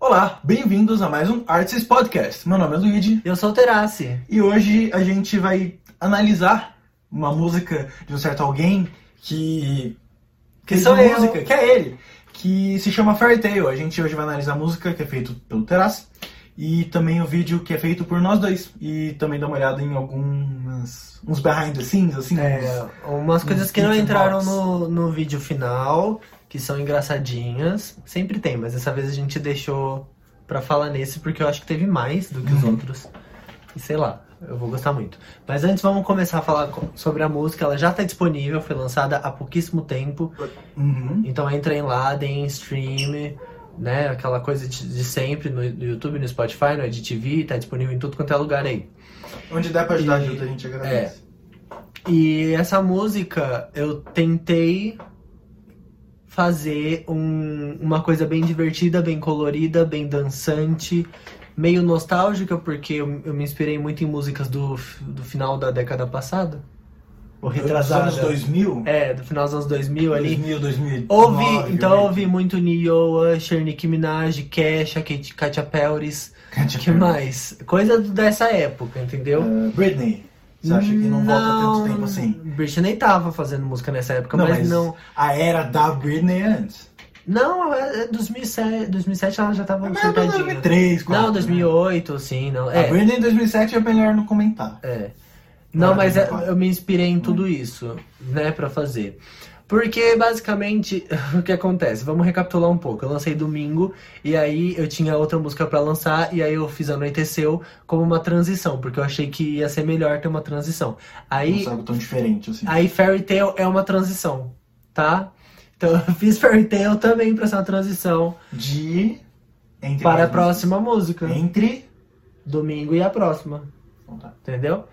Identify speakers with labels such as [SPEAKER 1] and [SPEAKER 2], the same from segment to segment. [SPEAKER 1] Olá, bem-vindos a mais um Artists Podcast. Meu nome é Luigi
[SPEAKER 2] Eu sou o Terassi.
[SPEAKER 1] e hoje a gente vai analisar uma música de um certo alguém que.
[SPEAKER 2] Que
[SPEAKER 1] fez
[SPEAKER 2] sou
[SPEAKER 1] uma
[SPEAKER 2] eu.
[SPEAKER 1] música, que é ele, que se chama Fairy Tail. A gente hoje vai analisar a música que é feito pelo Terassi e também o vídeo que é feito por nós dois. E também dar uma olhada em alguns uns behind the scenes, assim. uns-
[SPEAKER 2] É, umas coisas que não entraram no, no vídeo final, que são engraçadinhas. Sempre tem, mas dessa vez a gente deixou pra falar nesse, porque eu acho que teve mais do que os
[SPEAKER 1] Uhum.
[SPEAKER 2] outros. E sei lá, eu vou gostar muito. Mas antes vamos começar a falar co- sobre a música. Ela já tá disponível, foi lançada há pouquíssimo tempo.
[SPEAKER 1] Uhum.
[SPEAKER 2] Então entrem lá, deem stream, né? Aquela coisa de, de sempre no, no YouTube, no Spotify, no IGTV, tá disponível em tudo quanto é lugar aí.
[SPEAKER 1] Onde der pra ajudar,
[SPEAKER 2] E-
[SPEAKER 1] ajuda, a gente agradece.
[SPEAKER 2] E essa música eu tentei fazer um- uma coisa bem divertida, bem colorida, bem dançante, meio nostálgica, porque eu, eu me inspirei muito em músicas do, f- do final da década passada. Ou
[SPEAKER 1] É,
[SPEAKER 2] retrasada.
[SPEAKER 1] Dos anos 2000?
[SPEAKER 2] É, do final dos anos 2000 ali.
[SPEAKER 1] 2000, 2009.
[SPEAKER 2] Ouvi, então eu
[SPEAKER 1] né?
[SPEAKER 2] ouvi muito Neo, Usher, Nicki Minaj, Kesha, Kate- Katy Perry, que mais? Coisa dessa época, entendeu?
[SPEAKER 1] Uh, Britney, você acha que não, volta tanto tempo assim?
[SPEAKER 2] Britney tava fazendo música nessa época,
[SPEAKER 1] Não,
[SPEAKER 2] mas,
[SPEAKER 1] mas-
[SPEAKER 2] não.
[SPEAKER 1] A era da Britney é antes.
[SPEAKER 2] Não, é é 2007, 2007 ela já tava
[SPEAKER 1] Mas
[SPEAKER 2] sentadinha.
[SPEAKER 1] 2003, quase.
[SPEAKER 2] não, 2008, sim, não.
[SPEAKER 1] né? A
[SPEAKER 2] É,
[SPEAKER 1] Britney em 2007 é melhor não comentar.
[SPEAKER 2] é. Não,
[SPEAKER 1] Ah,
[SPEAKER 2] mas
[SPEAKER 1] não Hum.
[SPEAKER 2] é-
[SPEAKER 1] pode.
[SPEAKER 2] eu me inspirei em tudo isso, né, pra fazer. Porque basicamente o que acontece? Vamos recapitular um pouco. Eu lancei domingo e aí eu tinha outra música pra lançar e aí eu fiz Anoiteceu como uma transição, porque eu achei que ia ser melhor ter uma transição. Aí
[SPEAKER 1] Não sabe tão diferente assim.
[SPEAKER 2] Aí Fairy Tail é uma transição, tá? Então eu fiz Fairy Tail também pra ser uma transição
[SPEAKER 1] De. Entre
[SPEAKER 2] para a
[SPEAKER 1] as músicas.
[SPEAKER 2] próxima música.
[SPEAKER 1] Entre.
[SPEAKER 2] Domingo e a próxima,
[SPEAKER 1] Então tá.
[SPEAKER 2] entendeu?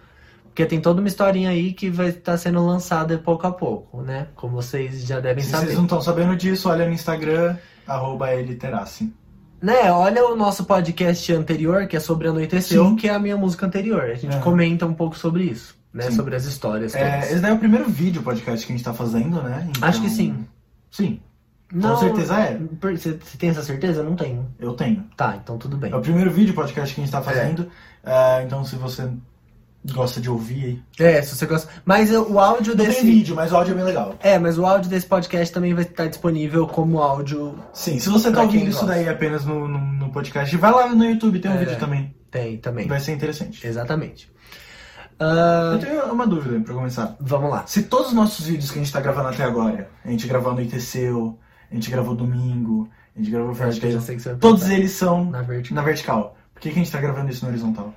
[SPEAKER 2] Porque tem toda uma historinha aí que vai estar sendo lançada pouco a pouco, né? Como vocês já devem
[SPEAKER 1] Se
[SPEAKER 2] saber.
[SPEAKER 1] vocês não estão sabendo disso, olha no Instagram, arroba ele terassi.
[SPEAKER 2] Né, olha o nosso podcast anterior, que é sobre Anoiteceu,
[SPEAKER 1] Sim.
[SPEAKER 2] que é a minha música anterior. A gente
[SPEAKER 1] Aham.
[SPEAKER 2] comenta um pouco sobre isso, né?
[SPEAKER 1] Sim.
[SPEAKER 2] Sobre as histórias. todas.
[SPEAKER 1] É, esse daí é o primeiro vídeo podcast que a gente tá fazendo, né?
[SPEAKER 2] Acho que sim.
[SPEAKER 1] Sim,
[SPEAKER 2] não,
[SPEAKER 1] com certeza é.
[SPEAKER 2] per- Você você tem essa certeza? Não tenho.
[SPEAKER 1] Eu tenho.
[SPEAKER 2] Tá, então tudo bem.
[SPEAKER 1] É o primeiro vídeo podcast que a gente
[SPEAKER 2] É.
[SPEAKER 1] tá fazendo. Ah, então se você gosta de ouvir
[SPEAKER 2] É, se você gosta. Mas eu- o áudio
[SPEAKER 1] Não
[SPEAKER 2] desse.
[SPEAKER 1] tem vídeo, mas o áudio é bem legal.
[SPEAKER 2] É, mas o áudio desse podcast também vai estar disponível como áudio.
[SPEAKER 1] Sim, se você tá
[SPEAKER 2] Pra quem
[SPEAKER 1] ouvindo isso
[SPEAKER 2] gosta.
[SPEAKER 1] daí apenas no, no, no podcast, vai lá no YouTube, tem um
[SPEAKER 2] É.
[SPEAKER 1] vídeo também.
[SPEAKER 2] Tem também.
[SPEAKER 1] Vai ser interessante.
[SPEAKER 2] Exatamente. Ah,
[SPEAKER 1] Eu tenho uma dúvida pra começar.
[SPEAKER 2] vamos lá.
[SPEAKER 1] Se todos os nossos vídeos que a gente tá gravando até agora, a gente gravou no ITCU, a gente gravou domingo, a gente gravou
[SPEAKER 2] Eu acho que eu já
[SPEAKER 1] Friday,
[SPEAKER 2] sei que você vai
[SPEAKER 1] todos
[SPEAKER 2] perguntar.
[SPEAKER 1] eles são
[SPEAKER 2] Na vertical.
[SPEAKER 1] na vertical. Por que, que a gente tá gravando isso no horizontal?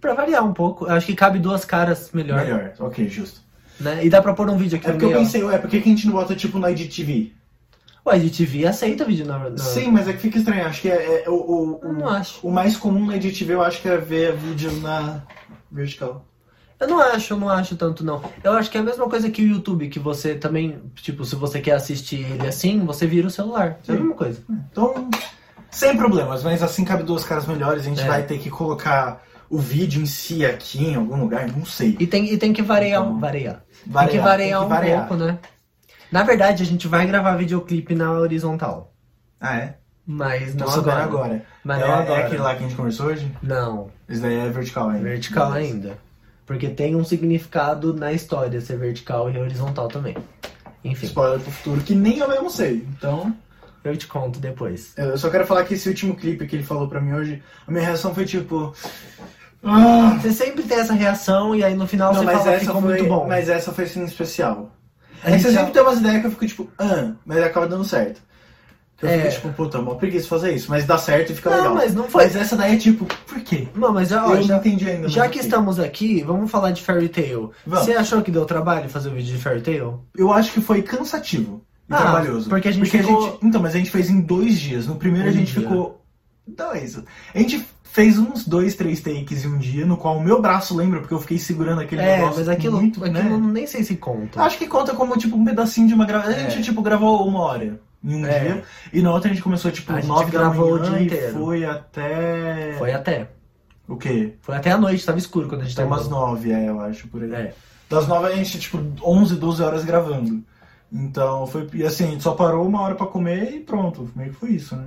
[SPEAKER 2] Pra variar um pouco, eu acho que cabe duas caras melhor.
[SPEAKER 1] Melhor, ok, justo.
[SPEAKER 2] Né? E dá pra pôr um vídeo aqui
[SPEAKER 1] É
[SPEAKER 2] no
[SPEAKER 1] porque eu
[SPEAKER 2] meio.
[SPEAKER 1] pensei, ué, por que, que a gente não bota tipo na IGTV?
[SPEAKER 2] ó. Ué, de TV aceita vídeo na na-
[SPEAKER 1] Sim, mas é que fica estranho. Acho que é, é o, o-
[SPEAKER 2] Eu
[SPEAKER 1] o-
[SPEAKER 2] não acho.
[SPEAKER 1] o mais comum na IGTV, eu acho que é ver vídeo na vertical.
[SPEAKER 2] Eu não acho, eu não acho tanto não. Eu acho que é a mesma coisa que o YouTube, que você também, tipo, se você quer assistir ele assim, você vira o celular. É
[SPEAKER 1] Sim.
[SPEAKER 2] a mesma coisa.
[SPEAKER 1] Então, sem problemas, mas assim cabe duas caras melhores, a gente
[SPEAKER 2] É.
[SPEAKER 1] vai ter que colocar o vídeo em si aqui em algum lugar, não sei.
[SPEAKER 2] E tem, e tem que variar, um,
[SPEAKER 1] Então,
[SPEAKER 2] variar.
[SPEAKER 1] Variar,
[SPEAKER 2] tem que variar
[SPEAKER 1] tem
[SPEAKER 2] um
[SPEAKER 1] que variar.
[SPEAKER 2] pouco, né? Na verdade, a gente vai gravar videoclipe na horizontal.
[SPEAKER 1] Ah, é?
[SPEAKER 2] Mas
[SPEAKER 1] Não
[SPEAKER 2] não
[SPEAKER 1] agora.
[SPEAKER 2] agora.
[SPEAKER 1] agora.
[SPEAKER 2] Mas
[SPEAKER 1] é,
[SPEAKER 2] não agora.
[SPEAKER 1] é aquele lá que a gente conversou hoje?
[SPEAKER 2] Não,
[SPEAKER 1] Esse daí é vertical ainda.
[SPEAKER 2] vertical ainda. Porque tem um significado na história ser vertical e horizontal também. Enfim,
[SPEAKER 1] Spoiler pro futuro, que nem eu mesmo sei. Então,
[SPEAKER 2] eu te conto depois.
[SPEAKER 1] eu só quero falar que esse último clipe que ele falou pra mim hoje, a minha reação foi tipo. Ah!
[SPEAKER 2] Você sempre tem essa reação e aí no final
[SPEAKER 1] Não,
[SPEAKER 2] você
[SPEAKER 1] mas
[SPEAKER 2] fala
[SPEAKER 1] essa,
[SPEAKER 2] ficou
[SPEAKER 1] foi,
[SPEAKER 2] muito bom.
[SPEAKER 1] mas essa foi assim especial.
[SPEAKER 2] A
[SPEAKER 1] É que
[SPEAKER 2] gente
[SPEAKER 1] você
[SPEAKER 2] já-
[SPEAKER 1] sempre tem umas ideias que eu fico tipo, ah, mas acaba dando certo. Que eu
[SPEAKER 2] É.
[SPEAKER 1] fico tipo, puta, mó preguiça fazer isso, mas dá certo e fica
[SPEAKER 2] Não,
[SPEAKER 1] legal.
[SPEAKER 2] mas não foi.
[SPEAKER 1] Mas essa daí é tipo, por quê?
[SPEAKER 2] Não, mas já, ó,
[SPEAKER 1] eu
[SPEAKER 2] já,
[SPEAKER 1] não entendi ainda.
[SPEAKER 2] já
[SPEAKER 1] mas
[SPEAKER 2] que
[SPEAKER 1] ok.
[SPEAKER 2] é- estamos aqui, vamos falar de Fairy Tail.
[SPEAKER 1] Vamos.
[SPEAKER 2] Você achou que deu trabalho fazer o vídeo de Fairy Tail?
[SPEAKER 1] Eu acho que foi cansativo e
[SPEAKER 2] Ah,
[SPEAKER 1] trabalhoso.
[SPEAKER 2] porque a gente ficou-
[SPEAKER 1] gente- Então, mas a gente fez em dois dias. No primeiro a
[SPEAKER 2] Um
[SPEAKER 1] gente
[SPEAKER 2] dia.
[SPEAKER 1] ficou. Dois. A gente fez uns dois, três takes em um dia, no qual o meu braço lembra, porque eu fiquei segurando aquele
[SPEAKER 2] é,
[SPEAKER 1] negócio.
[SPEAKER 2] mas aquilo,
[SPEAKER 1] muito,
[SPEAKER 2] aquilo
[SPEAKER 1] né?
[SPEAKER 2] eu nem sei se conta.
[SPEAKER 1] Acho que conta como tipo um pedacinho de uma gravação. A
[SPEAKER 2] É.
[SPEAKER 1] gente tipo gravou uma hora em um
[SPEAKER 2] É.
[SPEAKER 1] dia e na outra a gente começou tipo
[SPEAKER 2] A gente
[SPEAKER 1] nove da
[SPEAKER 2] gravou o
[SPEAKER 1] manhã
[SPEAKER 2] dia
[SPEAKER 1] e
[SPEAKER 2] inteiro.
[SPEAKER 1] foi até
[SPEAKER 2] Foi até.
[SPEAKER 1] o quê?
[SPEAKER 2] Foi até a noite, tava escuro quando a gente
[SPEAKER 1] Até
[SPEAKER 2] tava.
[SPEAKER 1] umas nove, é, eu acho por aí.
[SPEAKER 2] É.
[SPEAKER 1] Das nove a gente tipo 11, 12 horas gravando. Então foi e assim a gente só parou uma hora pra comer e pronto, meio que foi isso, né?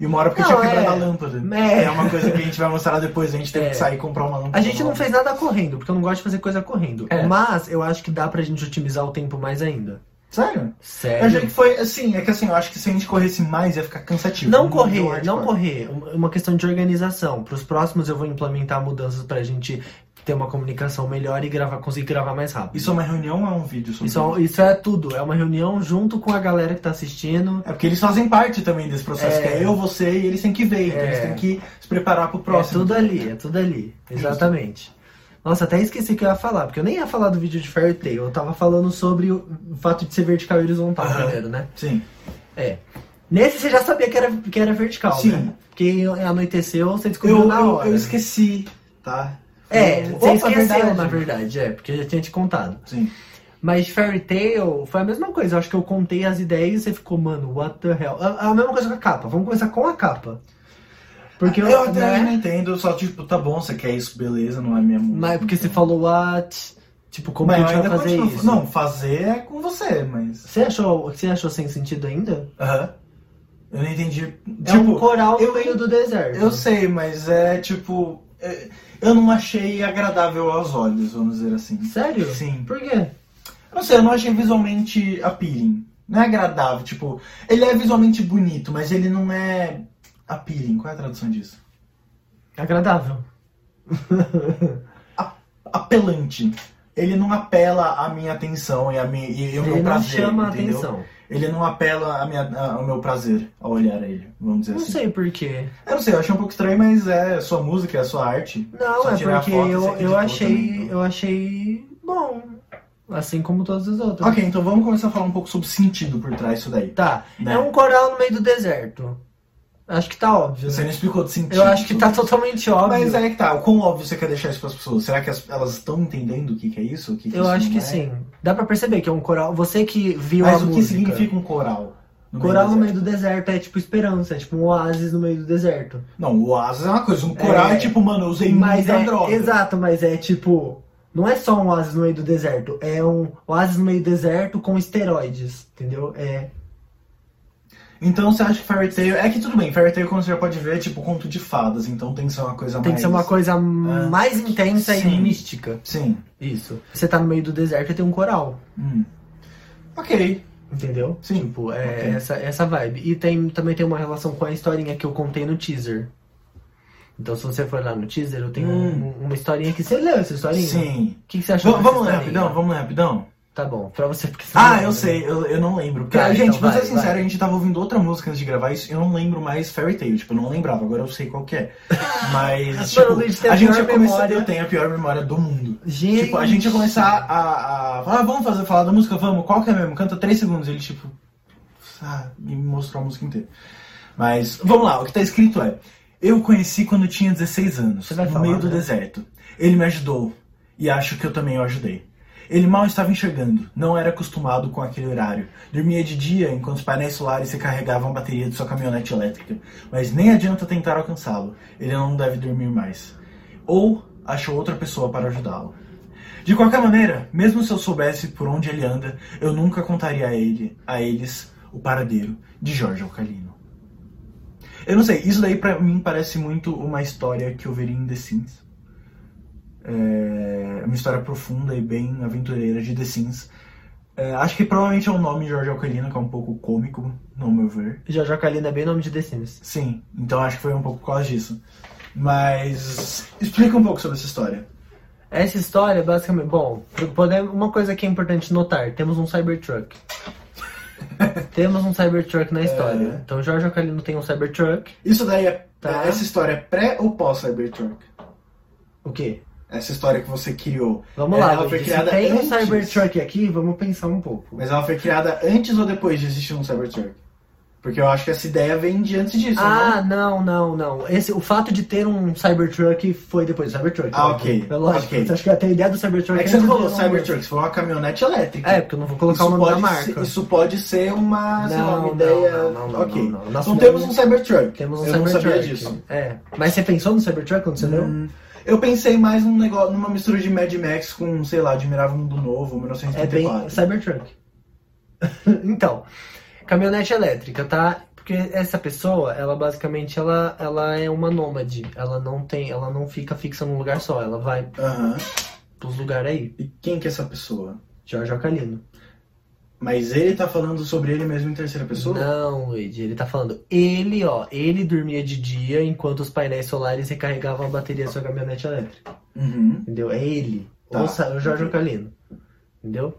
[SPEAKER 1] E uma hora porque tinha
[SPEAKER 2] Não,
[SPEAKER 1] quebrado
[SPEAKER 2] é-
[SPEAKER 1] a lâmpada.
[SPEAKER 2] É.
[SPEAKER 1] É uma coisa que a gente vai mostrar depois, a gente teve
[SPEAKER 2] É.
[SPEAKER 1] que sair e comprar uma lâmpada.
[SPEAKER 2] A gente não
[SPEAKER 1] nova.
[SPEAKER 2] fez nada correndo, porque eu não gosto de fazer coisa correndo.
[SPEAKER 1] É.
[SPEAKER 2] Mas eu acho que dá pra gente otimizar o tempo mais ainda.
[SPEAKER 1] Sério? Eu
[SPEAKER 2] Sério?
[SPEAKER 1] achei que foi assim, é que assim, eu acho que se a gente corresse mais ia ficar cansativo.
[SPEAKER 2] Não
[SPEAKER 1] deu
[SPEAKER 2] correr,
[SPEAKER 1] hardcore.
[SPEAKER 2] não correr. é Uma- Uma questão de organização. Pros próximos eu vou implementar mudanças pra gente ter uma comunicação melhor e gravar, conseguir gravar mais rápido.
[SPEAKER 1] Isso é uma reunião ou é um vídeo? sobre
[SPEAKER 2] Isso, é- isso é tudo. É uma reunião junto com a galera que tá assistindo.
[SPEAKER 1] É porque eles fazem parte também desse processo,
[SPEAKER 2] É.
[SPEAKER 1] que é eu, você e eles têm que ver, então
[SPEAKER 2] É.
[SPEAKER 1] eles têm que se preparar pro
[SPEAKER 2] É
[SPEAKER 1] próximo.
[SPEAKER 2] tudo ali, é tudo ali. Exatamente. Nossa, até esqueci o que eu ia falar, porque eu nem ia falar do vídeo de Fairy Tail. Eu tava falando sobre o fato de ser vertical e horizontal
[SPEAKER 1] Aham.
[SPEAKER 2] primeiro, né?
[SPEAKER 1] Sim.
[SPEAKER 2] É. Nesse você já sabia que era, que era vertical,
[SPEAKER 1] Sim.
[SPEAKER 2] né? Porque anoiteceu, você descobriu
[SPEAKER 1] Eu,
[SPEAKER 2] na
[SPEAKER 1] eu,
[SPEAKER 2] hora.
[SPEAKER 1] eu esqueci, tá?
[SPEAKER 2] É,
[SPEAKER 1] Eu-
[SPEAKER 2] você
[SPEAKER 1] Opa,
[SPEAKER 2] esqueceu,
[SPEAKER 1] verdade.
[SPEAKER 2] na verdade, é, porque eu já tinha te contado.
[SPEAKER 1] Sim.
[SPEAKER 2] Mas Fairy Tail foi a mesma coisa. Eu acho que eu contei as ideias e você ficou, mano, what the hell? É a mesma coisa com a capa. Vamos começar com a capa. Porque
[SPEAKER 1] É, eu,
[SPEAKER 2] eu.
[SPEAKER 1] até
[SPEAKER 2] né?
[SPEAKER 1] não entendo, só tipo, tá bom, você quer isso, beleza, não é minha música.
[SPEAKER 2] Mas porque você falou what? Tipo, como
[SPEAKER 1] Mas
[SPEAKER 2] que
[SPEAKER 1] eu
[SPEAKER 2] a gente
[SPEAKER 1] ainda
[SPEAKER 2] vai fazer
[SPEAKER 1] continuo-
[SPEAKER 2] isso?
[SPEAKER 1] Não, fazer é com você, mas.
[SPEAKER 2] Você achou, você achou sem sentido ainda?
[SPEAKER 1] Aham. Eu não entendi.
[SPEAKER 2] é um
[SPEAKER 1] tipo,
[SPEAKER 2] coral
[SPEAKER 1] eu
[SPEAKER 2] no meio do deserto.
[SPEAKER 1] eu sei, mas é tipo. é- Eu não achei agradável aos olhos, vamos dizer assim.
[SPEAKER 2] Sério?
[SPEAKER 1] Sim.
[SPEAKER 2] Por quê?
[SPEAKER 1] Eu Não sei, eu não achei visualmente appealing. Não é agradável, tipo, ele é visualmente bonito, mas ele não é appealing. Qual é a tradução disso?
[SPEAKER 2] É Agradável.
[SPEAKER 1] Apelante. Ele não apela à minha atenção e, a minha, e ao
[SPEAKER 2] Ele
[SPEAKER 1] meu
[SPEAKER 2] não
[SPEAKER 1] prazer.
[SPEAKER 2] chama
[SPEAKER 1] entendeu? Assim,
[SPEAKER 2] a atenção.
[SPEAKER 1] Ele não apela à minha, a- ao meu prazer ao olhar ele, vamos dizer
[SPEAKER 2] Não
[SPEAKER 1] assim.
[SPEAKER 2] sei por quê.
[SPEAKER 1] Eu não sei, eu achei um pouco estranho, mas é sua música, é sua arte.
[SPEAKER 2] Não,
[SPEAKER 1] Só
[SPEAKER 2] é
[SPEAKER 1] tirar
[SPEAKER 2] porque
[SPEAKER 1] foto,
[SPEAKER 2] eu,
[SPEAKER 1] você
[SPEAKER 2] eu
[SPEAKER 1] editou
[SPEAKER 2] achei.
[SPEAKER 1] também, então.
[SPEAKER 2] Eu achei bom. Assim como todos os outros.
[SPEAKER 1] Ok, então vamos começar a falar um pouco sobre sentido por trás disso daí.
[SPEAKER 2] Tá.
[SPEAKER 1] Né?
[SPEAKER 2] É um coral no meio do deserto. Acho que tá óbvio.
[SPEAKER 1] Você
[SPEAKER 2] né?
[SPEAKER 1] não explicou de sentido.
[SPEAKER 2] Eu acho que tá totalmente óbvio.
[SPEAKER 1] Mas aí que tá, o quão óbvio você quer deixar isso pras pessoas? Será que as- elas estão entendendo o que, que é isso? O que que
[SPEAKER 2] Eu
[SPEAKER 1] isso
[SPEAKER 2] acho
[SPEAKER 1] não
[SPEAKER 2] que
[SPEAKER 1] é?
[SPEAKER 2] sim. Dá pra perceber que é um coral. Você que viu
[SPEAKER 1] Mas
[SPEAKER 2] a
[SPEAKER 1] o que
[SPEAKER 2] música.
[SPEAKER 1] significa um coral? No
[SPEAKER 2] Coral no
[SPEAKER 1] deserto?
[SPEAKER 2] meio do deserto é tipo esperança, é tipo um oásis no meio do deserto.
[SPEAKER 1] Não, o oásis é uma coisa. Um coral é,
[SPEAKER 2] É.
[SPEAKER 1] tipo, mano, eu usei
[SPEAKER 2] mas
[SPEAKER 1] muita
[SPEAKER 2] é,
[SPEAKER 1] droga.
[SPEAKER 2] Exato, mas é tipo. Não é só um oásis no meio do deserto, é um oásis no meio do deserto com esteroides, entendeu? É.
[SPEAKER 1] Então você acha que Fairy Tail. É que tudo bem, Fairy Tail, como você já pode ver, é tipo conto de fadas. Então tem que ser uma coisa
[SPEAKER 2] Tem
[SPEAKER 1] mais.
[SPEAKER 2] que ser uma coisa mais intensa
[SPEAKER 1] ah, Sim.
[SPEAKER 2] e mística.
[SPEAKER 1] Sim.
[SPEAKER 2] Isso. Você tá no meio do deserto e tem um coral,
[SPEAKER 1] Hum. Ok.
[SPEAKER 2] entendeu?
[SPEAKER 1] Sim.
[SPEAKER 2] Tipo, é
[SPEAKER 1] Ok.
[SPEAKER 2] essa, essa vibe. E tem, também tem uma relação com a historinha que eu contei no teaser. Então se você for lá no teaser, eu tenho
[SPEAKER 1] Hum.
[SPEAKER 2] um- uma historinha que você leu essa historinha?
[SPEAKER 1] Sim.
[SPEAKER 2] O Tá que, tá que você achou?
[SPEAKER 1] V-
[SPEAKER 2] dessa
[SPEAKER 1] vamos ler
[SPEAKER 2] historinha?
[SPEAKER 1] rapidão, vamos ler rapidão.
[SPEAKER 2] Tá bom, pra você porque você não
[SPEAKER 1] Ah,
[SPEAKER 2] lembra.
[SPEAKER 1] eu sei, eu, eu não lembro. Porque,
[SPEAKER 2] Tá,
[SPEAKER 1] gente,
[SPEAKER 2] então
[SPEAKER 1] pra ser
[SPEAKER 2] vai,
[SPEAKER 1] sincero,
[SPEAKER 2] vai.
[SPEAKER 1] a gente tava ouvindo outra música antes de gravar isso, eu não lembro mais Fairy Tail, tipo, eu não lembrava, agora eu sei qual que é. Mas, tipo,
[SPEAKER 2] Mano, Luiz, tem a
[SPEAKER 1] a gente
[SPEAKER 2] pior
[SPEAKER 1] ia começar.
[SPEAKER 2] memória. é
[SPEAKER 1] Eu tenho a pior memória do mundo.
[SPEAKER 2] Gente.
[SPEAKER 1] Tipo, a gente ia começar a, a falar, "Ah, vamos fazer, falar da música, vamos, qual que é mesmo? Canta três segundos. Ele, tipo, ah, me mostrou a música inteira. Mas, vamos lá, o que tá escrito é: Eu conheci quando eu tinha 16 anos,
[SPEAKER 2] Você vai
[SPEAKER 1] no
[SPEAKER 2] falar,
[SPEAKER 1] meio do
[SPEAKER 2] né?
[SPEAKER 1] deserto. Ele me ajudou, e acho que eu também o ajudei. Ele mal estava enxergando, não era acostumado com aquele horário. Dormia de dia enquanto os painéis solares se carregavam a bateria de sua caminhonete elétrica. Mas nem adianta tentar alcançá-lo, ele não deve dormir mais. Ou achou outra pessoa para ajudá-lo. De qualquer maneira, mesmo se eu soubesse por onde ele anda, eu nunca contaria a ele, a eles, o paradeiro de Jorge Alcalino. Eu não sei, isso daí pra mim parece muito uma história que eu veria em The Sims. É uma história profunda e bem aventureira de The Sims. É, acho que provavelmente é o nome de Jorge Alcalino, que é um pouco cômico, no meu ver.
[SPEAKER 2] Jojo Kalina é bem nome de The Sims.
[SPEAKER 1] Sim, então acho que foi um pouco por causa disso. Mas explica um pouco sobre essa história.
[SPEAKER 2] Essa história, basicamente. Bom, podemos- uma coisa que é importante notar: temos um Cybertruck. temos um Cybertruck na história.
[SPEAKER 1] É.
[SPEAKER 2] Então, Jojo Kalino tem um Cybertruck.
[SPEAKER 1] Isso daí é.
[SPEAKER 2] Tá.
[SPEAKER 1] Essa história é pré ou pós Cybertruck?
[SPEAKER 2] O quê?
[SPEAKER 1] Essa história que você criou.
[SPEAKER 2] Vamos
[SPEAKER 1] É,
[SPEAKER 2] lá,
[SPEAKER 1] ela
[SPEAKER 2] Luigi,
[SPEAKER 1] foi
[SPEAKER 2] se
[SPEAKER 1] criada
[SPEAKER 2] tem um
[SPEAKER 1] antes.
[SPEAKER 2] Cybertruck aqui, vamos pensar um pouco.
[SPEAKER 1] Mas ela foi criada antes ou depois de existir um Cybertruck? Porque eu acho que essa ideia vem de antes disso. né?
[SPEAKER 2] Ah, não, não, não. Esse, o fato de ter um Cybertruck foi depois do Cybertruck.
[SPEAKER 1] Ah,
[SPEAKER 2] óbvio.
[SPEAKER 1] ok,
[SPEAKER 2] É lógico.
[SPEAKER 1] ok.
[SPEAKER 2] Você acha que até a ideia do
[SPEAKER 1] não?
[SPEAKER 2] Cybertruck
[SPEAKER 1] É que você
[SPEAKER 2] antes
[SPEAKER 1] não
[SPEAKER 2] do
[SPEAKER 1] falou
[SPEAKER 2] nome.
[SPEAKER 1] Cybertruck, você falou uma caminhonete elétrica.
[SPEAKER 2] É, porque eu não vou colocar
[SPEAKER 1] isso
[SPEAKER 2] o nome da
[SPEAKER 1] pode
[SPEAKER 2] marca.
[SPEAKER 1] ser- isso pode ser uma, sei lá,
[SPEAKER 2] Não,
[SPEAKER 1] uma
[SPEAKER 2] não,
[SPEAKER 1] ideia.
[SPEAKER 2] não, não, não,
[SPEAKER 1] ok.
[SPEAKER 2] não, não. Nossa,
[SPEAKER 1] Então
[SPEAKER 2] não.
[SPEAKER 1] temos um Cybertruck.
[SPEAKER 2] Temos um
[SPEAKER 1] eu
[SPEAKER 2] Cybertruck.
[SPEAKER 1] não sabia disso.
[SPEAKER 2] É. Mas você pensou no Cybertruck quando você leu?
[SPEAKER 1] Hum, Eu pensei mais num negócio, numa mistura de Mad Max com, sei lá, Admirável Mundo Novo,
[SPEAKER 2] É bem
[SPEAKER 1] 1984.
[SPEAKER 2] Cybertruck. então, caminhonete elétrica, tá? Porque Porque essa pessoa, ela basicamente ela, ela é uma nômade. Ela não tem, ela não fica fixa num lugar só, ela vai
[SPEAKER 1] Aham.
[SPEAKER 2] pros lugares aí.
[SPEAKER 1] E quem que é essa pessoa?
[SPEAKER 2] Jorge Alcalino.
[SPEAKER 1] Mas ele tá falando sobre ele mesmo em terceira pessoa?
[SPEAKER 2] Não, Luigi, ele tá falando. Ele, ó, ele dormia de dia enquanto os painéis solares recarregavam a bateria da sua caminhonete elétrica.
[SPEAKER 1] Uhum.
[SPEAKER 2] Entendeu? É ele.
[SPEAKER 1] Tá.
[SPEAKER 2] Ouça o Jorge Alcalino. Entendeu?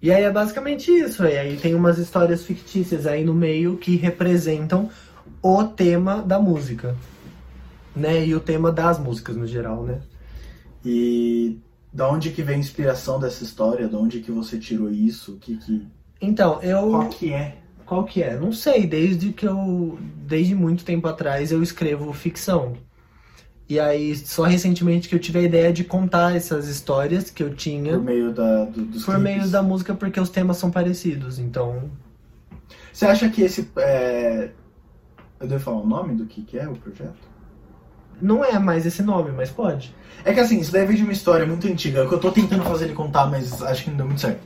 [SPEAKER 2] E aí é basicamente isso. E aí tem umas histórias fictícias aí no meio que representam o tema da música. Né? E o tema das músicas no geral, né?
[SPEAKER 1] E da onde que vem a inspiração dessa história? Da onde que você tirou isso? O que que...
[SPEAKER 2] Então, eu.
[SPEAKER 1] Qual que é?
[SPEAKER 2] Qual que é? Não sei, desde que eu. Desde muito tempo atrás eu escrevo ficção. E aí, só recentemente que eu tive a ideia de contar essas histórias que eu
[SPEAKER 1] Por
[SPEAKER 2] tinha
[SPEAKER 1] meio da, do, dos
[SPEAKER 2] Né? por
[SPEAKER 1] clipes.
[SPEAKER 2] meio da música, porque os temas são parecidos. Então,
[SPEAKER 1] Você acha que esse... é, Eu devo falar o nome do que que é o projeto?
[SPEAKER 2] não é mais esse nome, mas pode.
[SPEAKER 1] É que assim, isso daí vem de uma história muito antiga, que eu tô tentando fazer ele contar, mas acho que não deu muito certo.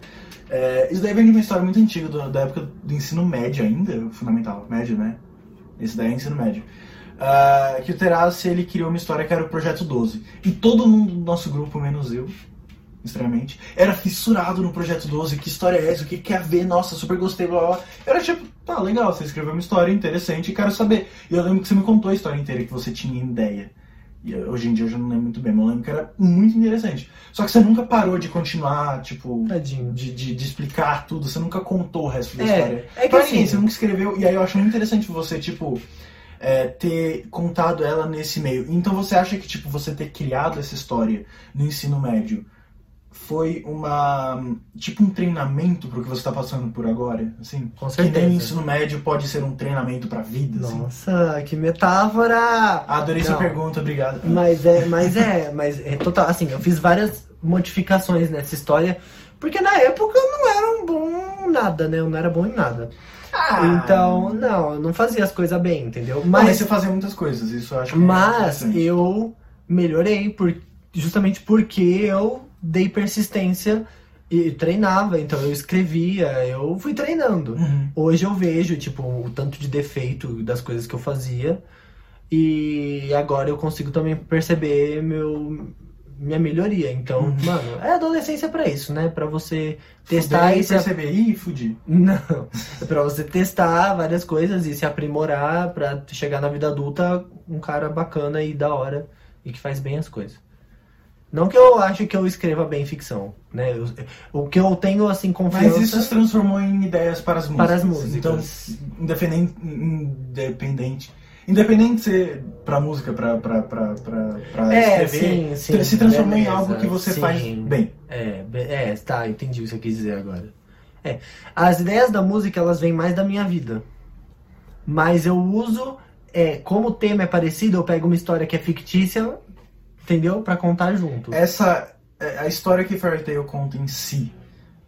[SPEAKER 1] É, isso daí vem de uma história muito antiga, do- da época do ensino médio ainda, fundamental, médio, né? Esse daí é ensino médio. Ah, que o Terassi, ele criou uma história que era o Projeto 12. E todo mundo do nosso grupo, menos eu, estranhamente, era fissurado no Projeto 12. Que história é essa? O que quer ver? Nossa, super gostei, blá blá blá. Eu Era tipo, tá, legal, você escreveu uma história interessante e quero saber. E eu lembro que você me contou a história inteira que você tinha ideia. E eu- hoje em dia eu já não lembro muito bem, mas eu lembro que era muito interessante. Só que você nunca parou de continuar, tipo,
[SPEAKER 2] Tadinho.
[SPEAKER 1] de, de, de explicar tudo, você nunca contou o resto da história.
[SPEAKER 2] É, é que
[SPEAKER 1] pra ninguém, você
[SPEAKER 2] assim.
[SPEAKER 1] nunca escreveu, e aí eu acho muito interessante você, tipo, é, ter contado ela nesse meio. Então você acha que, tipo, você ter criado essa história no ensino médio foi uma. tipo um treinamento pro que você tá passando por agora, assim?
[SPEAKER 2] Com
[SPEAKER 1] Que nem o
[SPEAKER 2] certeza.
[SPEAKER 1] ensino médio pode ser um treinamento pra vida, assim.
[SPEAKER 2] Nossa, que metáfora!
[SPEAKER 1] Adorei sua
[SPEAKER 2] Não.
[SPEAKER 1] pergunta, obrigado.
[SPEAKER 2] Mas é, mas é, mas é total. Assim, eu fiz várias modificações nessa história, porque na época eu não era um bom nada, né? Eu não era bom em nada.
[SPEAKER 1] Ah.
[SPEAKER 2] Então, não, eu não fazia as coisas bem, entendeu?
[SPEAKER 1] Mas,
[SPEAKER 2] Mas,
[SPEAKER 1] você fazia muitas coisas, isso eu acho que é
[SPEAKER 2] mas
[SPEAKER 1] interessante.
[SPEAKER 2] eu melhorei por, justamente porque eu dei persistência e treinava, então eu escrevia, eu fui treinando.
[SPEAKER 1] Uhum.
[SPEAKER 2] Hoje eu vejo, tipo, o tanto de defeito das coisas que eu fazia. E agora eu consigo também perceber meu, minha melhoria. Então,
[SPEAKER 1] Uhum.
[SPEAKER 2] mano, é adolescência pra isso, né? Pra você testar
[SPEAKER 1] Daí
[SPEAKER 2] e se ap-
[SPEAKER 1] perceber, ih, fudi.
[SPEAKER 2] Não. É pra você testar várias coisas e se aprimorar pra chegar na vida adulta um cara bacana e da hora e que faz bem as coisas. Não que eu acho que eu escreva bem ficção, né? Eu- o que eu tenho, assim, confiança...
[SPEAKER 1] Mas isso se transformou em ideias para as músicas.
[SPEAKER 2] Para as músicas.
[SPEAKER 1] Então, independente. Independente. Independente de ser pra música, pra, pra, pra, pra, pra
[SPEAKER 2] É,
[SPEAKER 1] escrever,
[SPEAKER 2] sim, sim.
[SPEAKER 1] se transformou em
[SPEAKER 2] beleza,
[SPEAKER 1] algo que você
[SPEAKER 2] sim.
[SPEAKER 1] faz bem.
[SPEAKER 2] É, be- é, tá, entendi o que você quis dizer agora. É, as ideias da música, elas vêm mais da minha vida. Mas eu uso, é, como o tema é parecido, eu pego uma história que é fictícia, entendeu? Pra contar junto.
[SPEAKER 1] Essa. é, A história que Fairy Tail conta em si.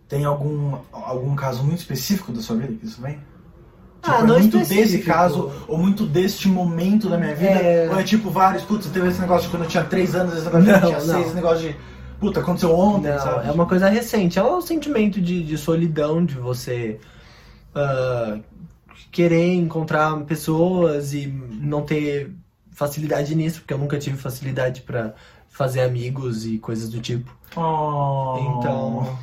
[SPEAKER 1] Tem algum, algum caso muito específico da sua vida que isso vem? Tipo, é muito desse
[SPEAKER 2] Ah, específico.
[SPEAKER 1] caso, ou muito deste momento da minha vida.
[SPEAKER 2] É.
[SPEAKER 1] Ou é tipo vários, putz, teve esse negócio de quando eu tinha 3 anos, esse negócio de quando eu
[SPEAKER 2] Não,
[SPEAKER 1] tinha
[SPEAKER 2] não.
[SPEAKER 1] 6, esse negócio de. Puta, aconteceu ontem,
[SPEAKER 2] Não,
[SPEAKER 1] sabe?
[SPEAKER 2] é uma coisa recente. É o sentimento de, de solidão, de você ah, querer encontrar pessoas e não ter facilidade nisso, porque eu nunca tive facilidade pra fazer amigos e coisas do tipo.
[SPEAKER 1] Oh.
[SPEAKER 2] Então,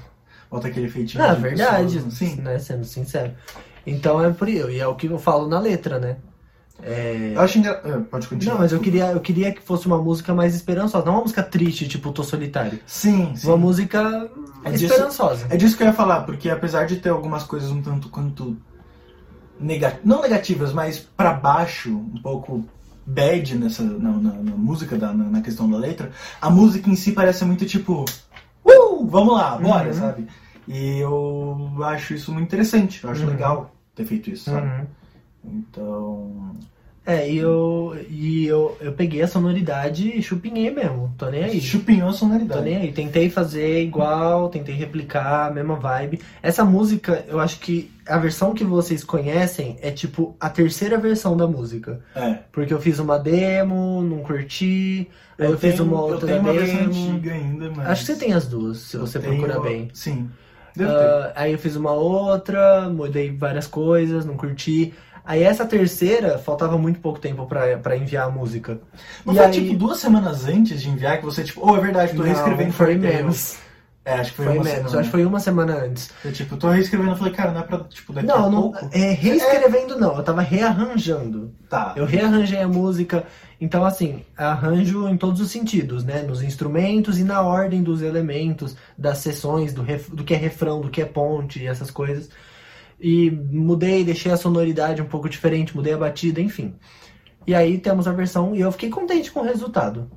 [SPEAKER 1] Bota aquele feitinho. de
[SPEAKER 2] na Ah, é verdade,
[SPEAKER 1] pessoas, Sim.
[SPEAKER 2] né, sendo sincero. Então é por eu, e é o que eu falo na letra, né? É,
[SPEAKER 1] Eu acho engraçado. Pode continuar.
[SPEAKER 2] Não, mas eu
[SPEAKER 1] desculpa.
[SPEAKER 2] queria, eu queria que fosse uma música mais esperançosa, não uma música triste, tipo Tô Solitário.
[SPEAKER 1] Sim, sim.
[SPEAKER 2] Uma música
[SPEAKER 1] É disso-
[SPEAKER 2] esperançosa.
[SPEAKER 1] É disso que eu ia falar, porque apesar de ter algumas coisas um tanto quanto. Nega... Não negativas, mas pra baixo, um pouco bad nessa, na, na- na música, da, na, na questão da letra, a música em si parece muito tipo. Uh, vamos lá, bora,
[SPEAKER 2] Uhum.
[SPEAKER 1] sabe? E eu acho isso muito interessante, eu acho
[SPEAKER 2] Uhum.
[SPEAKER 1] legal ter feito isso, sabe?
[SPEAKER 2] Uhum.
[SPEAKER 1] Então.
[SPEAKER 2] É, e eu, e eu, eu peguei a sonoridade e chupinhei mesmo. Tô nem aí.
[SPEAKER 1] Chupinhou a
[SPEAKER 2] é Tô
[SPEAKER 1] sonoridade.
[SPEAKER 2] nem aí. Tentei fazer igual, tentei replicar, a mesma vibe. Essa música, eu acho que a versão que vocês conhecem é tipo a terceira versão da música.
[SPEAKER 1] É.
[SPEAKER 2] Porque eu fiz uma demo, não curti, aí eu, fiz
[SPEAKER 1] tenho-
[SPEAKER 2] uma
[SPEAKER 1] eu
[SPEAKER 2] outra
[SPEAKER 1] tenho uma versão
[SPEAKER 2] demo.
[SPEAKER 1] antiga ainda, mas.
[SPEAKER 2] Acho que você tem as duas, se você
[SPEAKER 1] Eu tenho-
[SPEAKER 2] procurar bem.
[SPEAKER 1] Sim. Deve ter.
[SPEAKER 2] Ah, aí eu fiz uma outra, mudei várias coisas, não curti. Aí essa terceira, faltava muito pouco tempo pra, pra enviar a música.
[SPEAKER 1] Mas
[SPEAKER 2] E
[SPEAKER 1] foi
[SPEAKER 2] aí-
[SPEAKER 1] tipo duas semanas antes de enviar que você, tipo, oh, é verdade, tô
[SPEAKER 2] Não,
[SPEAKER 1] reescrevendo
[SPEAKER 2] foi
[SPEAKER 1] Fairy Tail.
[SPEAKER 2] menos.
[SPEAKER 1] É, acho que um foi,
[SPEAKER 2] Foi
[SPEAKER 1] uma
[SPEAKER 2] menos, eu
[SPEAKER 1] semana.
[SPEAKER 2] acho que foi uma semana antes.
[SPEAKER 1] Eu, tipo, tô reescrevendo, eu falei, cara, não é pra, tipo, daqui
[SPEAKER 2] Não,
[SPEAKER 1] a
[SPEAKER 2] não
[SPEAKER 1] pouco.
[SPEAKER 2] é, reescrevendo não, eu tava rearranjando.
[SPEAKER 1] Tá.
[SPEAKER 2] é, Eu rearranjei a música, então assim, arranjo em todos os sentidos, né? Nos instrumentos e na ordem dos elementos, das sessões, do, ref- do que é refrão, do que é ponte, essas coisas. E mudei, deixei a sonoridade um pouco diferente, mudei a batida, enfim. E aí temos a versão e eu fiquei contente com o resultado.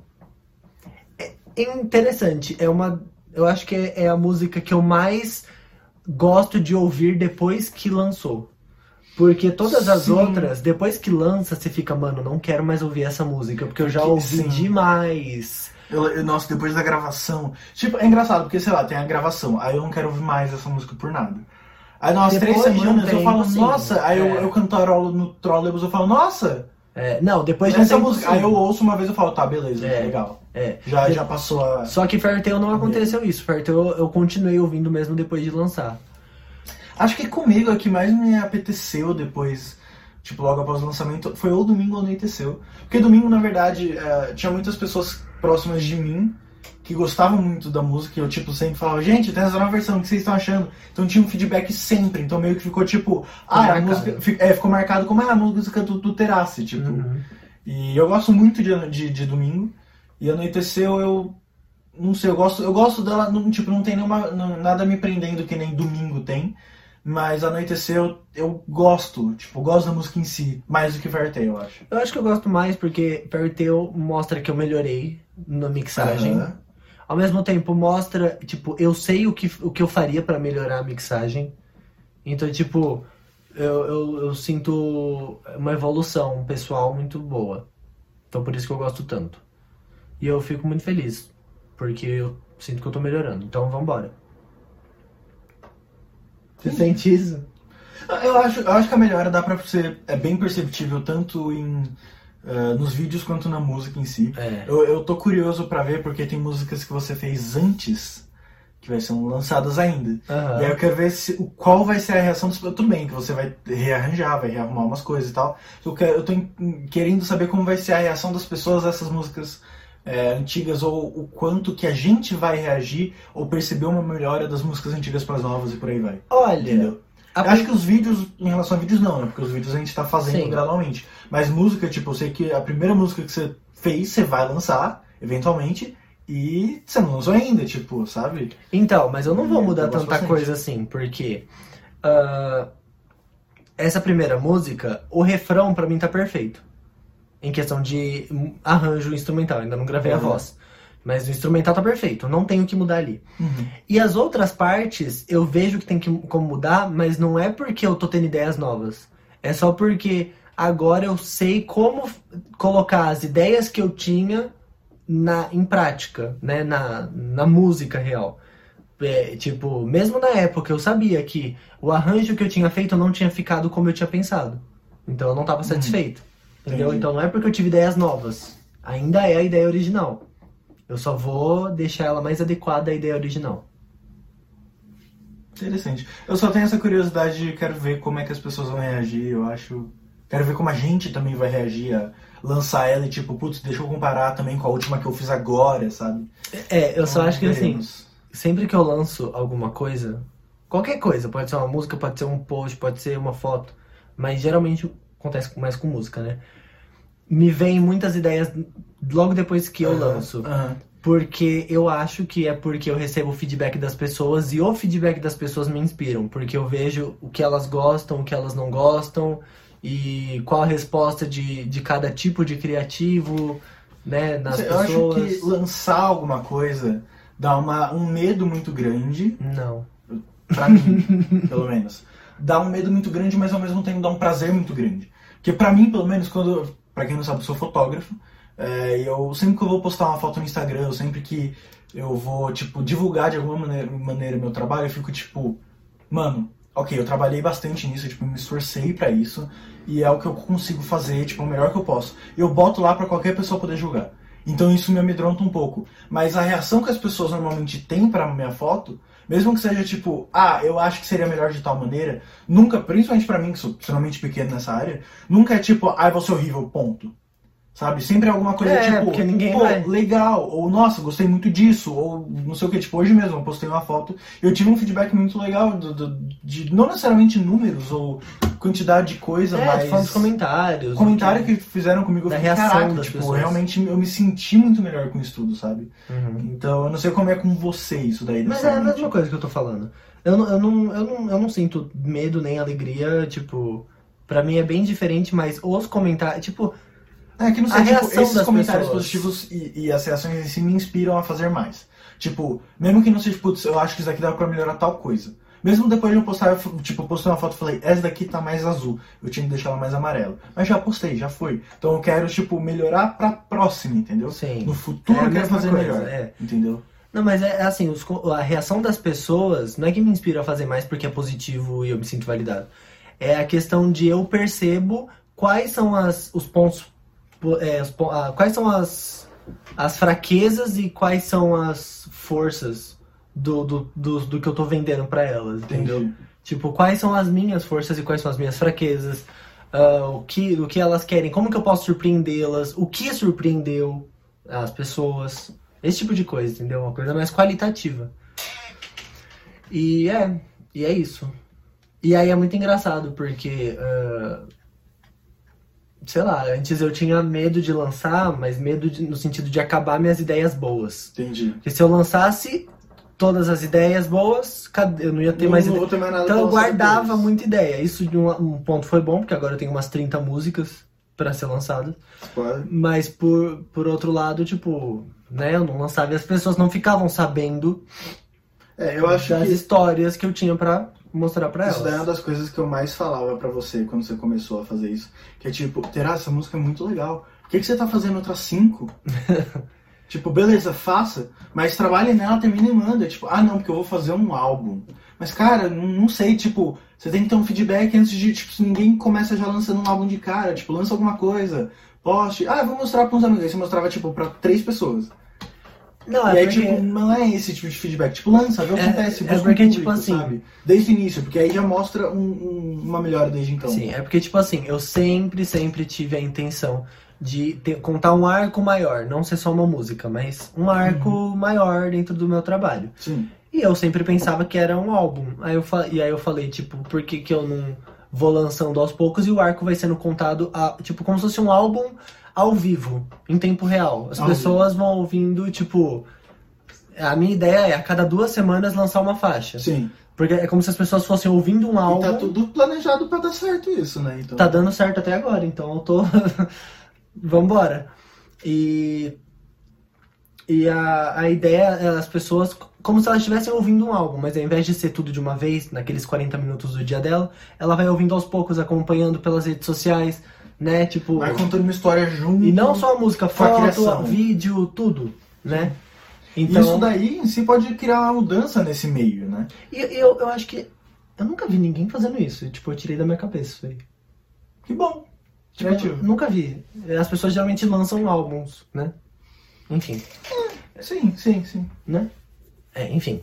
[SPEAKER 2] É interessante, é uma. Eu acho que é, é a música que eu mais gosto de ouvir depois que lançou. Porque todas as
[SPEAKER 1] Sim.
[SPEAKER 2] outras, depois que lança, você fica, mano, não quero mais ouvir essa música, porque eu já
[SPEAKER 1] Porque-
[SPEAKER 2] ouvi
[SPEAKER 1] sim.
[SPEAKER 2] demais.
[SPEAKER 1] Eu- eu- nossa, depois da gravação. Tipo, é engraçado, porque sei lá, tem a gravação. Aí eu não quero ouvir mais essa música por nada. Aí nas
[SPEAKER 2] Depois
[SPEAKER 1] três
[SPEAKER 2] de um
[SPEAKER 1] semanas eu
[SPEAKER 2] tempo,
[SPEAKER 1] falo,
[SPEAKER 2] sim.
[SPEAKER 1] nossa, aí eu,
[SPEAKER 2] É.
[SPEAKER 1] eu cantarolo no trolebus, eu falo, nossa,
[SPEAKER 2] É, não, depois de um
[SPEAKER 1] essa
[SPEAKER 2] tempo,
[SPEAKER 1] música.
[SPEAKER 2] sim.
[SPEAKER 1] Aí eu ouço uma vez e eu falo, tá, beleza,
[SPEAKER 2] É.
[SPEAKER 1] legal.
[SPEAKER 2] É.
[SPEAKER 1] Já,
[SPEAKER 2] De-
[SPEAKER 1] já passou a.
[SPEAKER 2] Só que Fairtail não aconteceu isso. Fairtail eu continuei ouvindo mesmo depois de lançar.
[SPEAKER 1] Acho que comigo a que mais me apeteceu depois, tipo, logo após o lançamento, foi ou domingo ou anoiteceu. Porque domingo, na verdade, eh, tinha muitas pessoas próximas de mim que gostavam muito da música e eu, tipo, sempre falava, gente, tem essa nova versão, o que vocês estão achando? Então tinha um feedback sempre, então meio que ficou tipo, ah, a
[SPEAKER 2] marcado.
[SPEAKER 1] música. fi- é, ficou marcado como ah, a música do, do Terassi, tipo.
[SPEAKER 2] Uhum.
[SPEAKER 1] E eu gosto muito de, de, de domingo. E anoiteceu eu. Não sei, eu gosto, eu gosto dela. Não, tipo, não tem nenhuma, não- nada me prendendo que nem domingo tem. Mas anoiteceu eu gosto. Tipo, eu gosto da música em si. Mais do que Vertei, eu acho.
[SPEAKER 2] Eu acho que eu gosto mais porque Fairtail mostra que eu melhorei na mixagem.
[SPEAKER 1] Aham.
[SPEAKER 2] Ao mesmo tempo mostra, tipo, eu sei o que, o que eu faria pra melhorar a mixagem. Então, tipo, eu, eu, eu sinto uma evolução pessoal muito boa. Então por isso que eu gosto tanto. E eu fico muito feliz, porque eu sinto que eu tô melhorando. Então vambora. Você sente isso?
[SPEAKER 1] Ah, Eu acho, eu acho que a melhora dá pra você. É bem perceptível, tanto em. eh, nos vídeos quanto na música em si.
[SPEAKER 2] É.
[SPEAKER 1] Eu, eu tô curioso pra ver porque tem músicas que você fez antes que vai ser um, lançadas ainda. E aí eu quero ver se, o- qual vai ser a reação dos. Tudo bem que você vai rearranjar, vai rearrumar umas coisas e tal. Eu, quero, eu tô em- em- querendo saber como vai ser a reação das pessoas a essas músicas é, antigas, ou o quanto que a gente vai reagir ou perceber uma melhora das músicas antigas pras novas e por aí vai.
[SPEAKER 2] Olha,
[SPEAKER 1] Entendeu?
[SPEAKER 2] a
[SPEAKER 1] Eu acho que os vídeos, em relação a vídeos não, né? Porque os vídeos a gente tá fazendo
[SPEAKER 2] Sim.
[SPEAKER 1] gradualmente. Mas música, tipo, eu sei que a primeira música que você fez, você vai lançar, eventualmente, e você não lançou ainda, tipo, sabe?
[SPEAKER 2] Então, mas eu não vou
[SPEAKER 1] Uhum, Eu
[SPEAKER 2] mudar
[SPEAKER 1] gosto
[SPEAKER 2] tanta
[SPEAKER 1] bastante.
[SPEAKER 2] coisa assim, porque ah, essa primeira música, o refrão pra mim tá perfeito. Em questão de hum, arranjo instrumental, ainda não gravei a
[SPEAKER 1] Uhum.
[SPEAKER 2] voz. Mas o instrumental tá perfeito, não tenho o que mudar ali. E as outras partes, eu vejo que tem que, como mudar, mas não é porque eu tô tendo ideias novas. É só porque agora eu sei como f- colocar as ideias que eu tinha na, em prática, né? Na, na música real. É, tipo, mesmo na época eu sabia que o arranjo que eu tinha feito não tinha ficado como eu tinha pensado. Então eu não tava satisfeito. Entendeu?
[SPEAKER 1] Entendi.
[SPEAKER 2] Então não é porque eu tive ideias novas. Ainda é a ideia original. Eu só vou deixar ela mais adequada à ideia original.
[SPEAKER 1] Interessante. Eu só tenho essa curiosidade de quero ver como é que as pessoas vão reagir, eu acho. Quero ver como a gente também vai reagir a lançar ela e tipo, putz, deixa eu comparar também com a última que eu fiz agora, sabe?
[SPEAKER 2] É, eu só
[SPEAKER 1] Então,
[SPEAKER 2] acho que assim,
[SPEAKER 1] veremos.
[SPEAKER 2] sempre que eu lanço alguma coisa, qualquer coisa, pode ser uma música, pode ser um post, pode ser uma foto, mas geralmente acontece mais com música, né? Me vêm muitas ideias logo depois que eu
[SPEAKER 1] Aham,
[SPEAKER 2] lanço,
[SPEAKER 1] aham.
[SPEAKER 2] porque eu acho que é porque eu recebo o feedback das pessoas e o feedback das pessoas me inspiram, porque eu vejo o que elas gostam, o que elas não gostam e qual a resposta de, de cada tipo de criativo, né, nas
[SPEAKER 1] eu
[SPEAKER 2] pessoas.
[SPEAKER 1] acho que lançar alguma coisa dá uma, um medo muito grande,
[SPEAKER 2] Não.
[SPEAKER 1] pra mim, pelo menos. Dá um medo muito grande, mas ao mesmo tempo dá um prazer muito grande. Porque pra mim, pelo menos, quando. Pra quem não sabe, eu sou fotógrafo. É, e eu sempre que eu vou postar uma foto no Instagram, eu sempre que eu vou, tipo, divulgar de alguma maneira, maneira meu trabalho, eu fico tipo, mano, ok, eu trabalhei bastante nisso, tipo, me esforcei pra isso, e é o que eu consigo fazer, tipo, o melhor que eu posso. Eu boto lá pra qualquer pessoa poder julgar. Então isso me amedronta um pouco. Mas a reação que as pessoas normalmente têm pra minha foto Mesmo que seja tipo, ah, eu acho que seria melhor de tal maneira, nunca, principalmente pra mim, que sou extremamente pequeno nessa área, nunca é tipo, ah, eu vou ser horrível, ponto. Sabe? Sempre é alguma coisa
[SPEAKER 2] É,
[SPEAKER 1] tipo,
[SPEAKER 2] porque ninguém
[SPEAKER 1] pô,
[SPEAKER 2] vai.
[SPEAKER 1] legal, ou nossa, gostei muito disso, ou não sei o que, tipo, hoje mesmo eu postei uma foto, eu tive um feedback muito legal, do- do- de, não necessariamente números ou quantidade de coisa,
[SPEAKER 2] É,
[SPEAKER 1] mas
[SPEAKER 2] tu fala dos comentários.
[SPEAKER 1] o
[SPEAKER 2] do
[SPEAKER 1] comentário que fizeram comigo, eu
[SPEAKER 2] Da
[SPEAKER 1] fiquei,
[SPEAKER 2] reação
[SPEAKER 1] caraca,
[SPEAKER 2] das
[SPEAKER 1] tipo,
[SPEAKER 2] pessoas.
[SPEAKER 1] realmente eu me senti muito melhor com isso tudo, sabe?
[SPEAKER 2] Uhum.
[SPEAKER 1] Então eu não sei como é com você isso daí,
[SPEAKER 2] Mas é a
[SPEAKER 1] necessariamente.
[SPEAKER 2] mesma coisa que eu tô falando. Eu não, eu não, eu não, eu não sinto medo nem alegria, tipo. Pra mim é bem diferente, mas os comentários. Tipo,
[SPEAKER 1] É que não
[SPEAKER 2] A
[SPEAKER 1] sei, tipo,
[SPEAKER 2] reação
[SPEAKER 1] esses
[SPEAKER 2] das
[SPEAKER 1] comentários
[SPEAKER 2] pessoas.
[SPEAKER 1] positivos e, e as reações em si me inspiram a fazer mais. Tipo, mesmo que não seja, putz, eu acho que isso daqui dá pra melhorar tal coisa. Mesmo depois de eu postar, eu, fu- tipo, eu postei uma foto e falei, essa daqui tá mais azul, eu tinha que deixar ela mais amarela. Mas já postei, já foi. Então eu quero, tipo, melhorar pra próxima, entendeu?
[SPEAKER 2] Sim.
[SPEAKER 1] No futuro
[SPEAKER 2] É a
[SPEAKER 1] eu quero
[SPEAKER 2] mesma
[SPEAKER 1] fazer
[SPEAKER 2] coisa,
[SPEAKER 1] melhor.
[SPEAKER 2] é.
[SPEAKER 1] Entendeu?
[SPEAKER 2] Não, mas é assim, os co- a reação das pessoas não é que me inspira a fazer mais porque é positivo e eu me sinto validado. É a questão de eu percebo quais são as, os pontos. po- é, os po- ah, quais são as, as fraquezas e quais são as forças do, do, do, do que eu tô vendendo pra elas, entendeu?
[SPEAKER 1] Entendi.
[SPEAKER 2] Tipo, quais são as minhas forças e quais são as minhas fraquezas? Ah, o, que, o que elas querem? Como que eu posso surpreendê-las? O que surpreendeu as pessoas? Esse tipo de coisa, entendeu? Uma coisa mais qualitativa. E é, e é isso. E aí é muito engraçado, porque. ah, sei lá, antes eu tinha medo de lançar, mas medo de- no sentido de acabar minhas ideias boas.
[SPEAKER 1] Entendi.
[SPEAKER 2] Porque se eu lançasse todas as ideias boas, cadê- eu não ia ter
[SPEAKER 1] Não-
[SPEAKER 2] mais
[SPEAKER 1] não
[SPEAKER 2] ide-
[SPEAKER 1] vou ter mais nada
[SPEAKER 2] então
[SPEAKER 1] pra
[SPEAKER 2] eu
[SPEAKER 1] lançar
[SPEAKER 2] guardava
[SPEAKER 1] depois.
[SPEAKER 2] muita ideia. Isso de um, um ponto foi bom, porque agora eu tenho umas 30 músicas pra ser lançadas.
[SPEAKER 1] Claro.
[SPEAKER 2] Mas por, por outro lado, tipo, né, eu não lançava e as pessoas não ficavam sabendo
[SPEAKER 1] É, eu acho
[SPEAKER 2] das
[SPEAKER 1] que
[SPEAKER 2] histórias que eu tinha pra mostrar pra
[SPEAKER 1] Isso daí é uma
[SPEAKER 2] elas.
[SPEAKER 1] das coisas que eu mais falava pra você quando você começou a fazer isso. Que é tipo, Terá, essa música é muito legal. Por que, que você tá fazendo outras cinco? tipo, beleza, faça, mas trabalhe nela, termina e manda. Tipo, ah não, porque eu vou fazer um álbum. Mas cara, não, não sei, tipo, você tem que ter um feedback antes de, tipo, se ninguém começa já lançando um álbum de cara. Tipo, lança alguma coisa, poste. Ah, eu vou mostrar pra uns amigos. Aí você mostrava, tipo, pra três pessoas.
[SPEAKER 2] Não,
[SPEAKER 1] e
[SPEAKER 2] é
[SPEAKER 1] aí,
[SPEAKER 2] porque...
[SPEAKER 1] tipo, não é esse tipo de feedback. Tipo, lança, vê o que
[SPEAKER 2] É-
[SPEAKER 1] acontece.
[SPEAKER 2] é
[SPEAKER 1] busca um
[SPEAKER 2] porque, tipo, assim-
[SPEAKER 1] sabe? Desde o início, porque aí já mostra um- um- uma melhora desde então.
[SPEAKER 2] Sim, é porque, tipo assim, eu sempre, sempre tive a intenção de ter- contar um arco maior. Não ser só uma música, mas um arco
[SPEAKER 1] Uhum.
[SPEAKER 2] maior dentro do meu trabalho.
[SPEAKER 1] Sim.
[SPEAKER 2] E eu sempre pensava que era um álbum. Aí eu fa- E aí eu falei, tipo, por que, que eu não vou lançando aos poucos e o arco vai sendo contado, a- tipo, como se fosse um álbum ao vivo, em tempo real. As
[SPEAKER 1] Ao
[SPEAKER 2] pessoas vão ouvindo, tipo. A minha ideia é a cada duas semanas lançar uma faixa.
[SPEAKER 1] Sim.
[SPEAKER 2] Porque é como se as pessoas fossem ouvindo um álbum.
[SPEAKER 1] E tá tudo planejado pra dar certo isso, né? Então.
[SPEAKER 2] Tá dando certo até agora, então eu tô. Vambora. E. E a, a ideia é as pessoas. Como se elas estivessem ouvindo um álbum, mas ao invés de ser tudo de uma vez, naqueles 40 minutos do dia dela, ela vai ouvindo aos poucos, acompanhando pelas redes sociais, né? Tipo.
[SPEAKER 1] Vai contando uma história junto.
[SPEAKER 2] E não só a música,
[SPEAKER 1] Com a
[SPEAKER 2] foto,
[SPEAKER 1] criação.
[SPEAKER 2] vídeo, tudo, né?
[SPEAKER 1] E Isso daí em si pode criar uma mudança nesse meio, né?
[SPEAKER 2] E eu, eu acho que. Eu nunca vi ninguém fazendo isso. Tipo, eu tirei da minha cabeça isso aí.
[SPEAKER 1] Que bom.
[SPEAKER 2] Tipo, eu
[SPEAKER 1] Criativo.
[SPEAKER 2] nunca vi. É, As pessoas geralmente lançam álbuns, né? Enfim,
[SPEAKER 1] Sim, sim, sim.
[SPEAKER 2] né? É, enfim.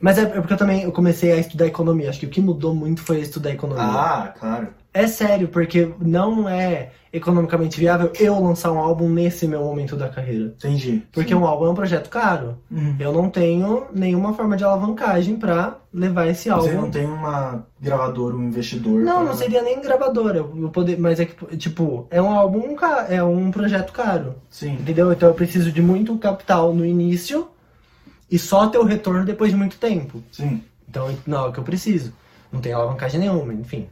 [SPEAKER 2] Mas é porque eu também eu comecei a estudar economia. Acho que o que mudou muito foi estudar economia.
[SPEAKER 1] Ah, claro.
[SPEAKER 2] É sério, porque não é economicamente viável eu lançar um álbum nesse meu momento da carreira.
[SPEAKER 1] Entendi.
[SPEAKER 2] Porque um álbum é um projeto caro.
[SPEAKER 1] Hum.
[SPEAKER 2] Eu não tenho nenhuma forma de alavancagem pra levar esse álbum.
[SPEAKER 1] Você não tem uma gravadora, um investidor.
[SPEAKER 2] Tá Não,
[SPEAKER 1] pra-
[SPEAKER 2] não seria nem gravadora. Eu poder, mas é que, tipo, é um álbum, ca- é um projeto caro.
[SPEAKER 1] Sim.
[SPEAKER 2] Entendeu? Então eu preciso de muito capital no início e só ter o retorno depois de muito tempo.
[SPEAKER 1] Sim.
[SPEAKER 2] Então não é o que eu preciso. Não tem alavancagem nenhuma, enfim.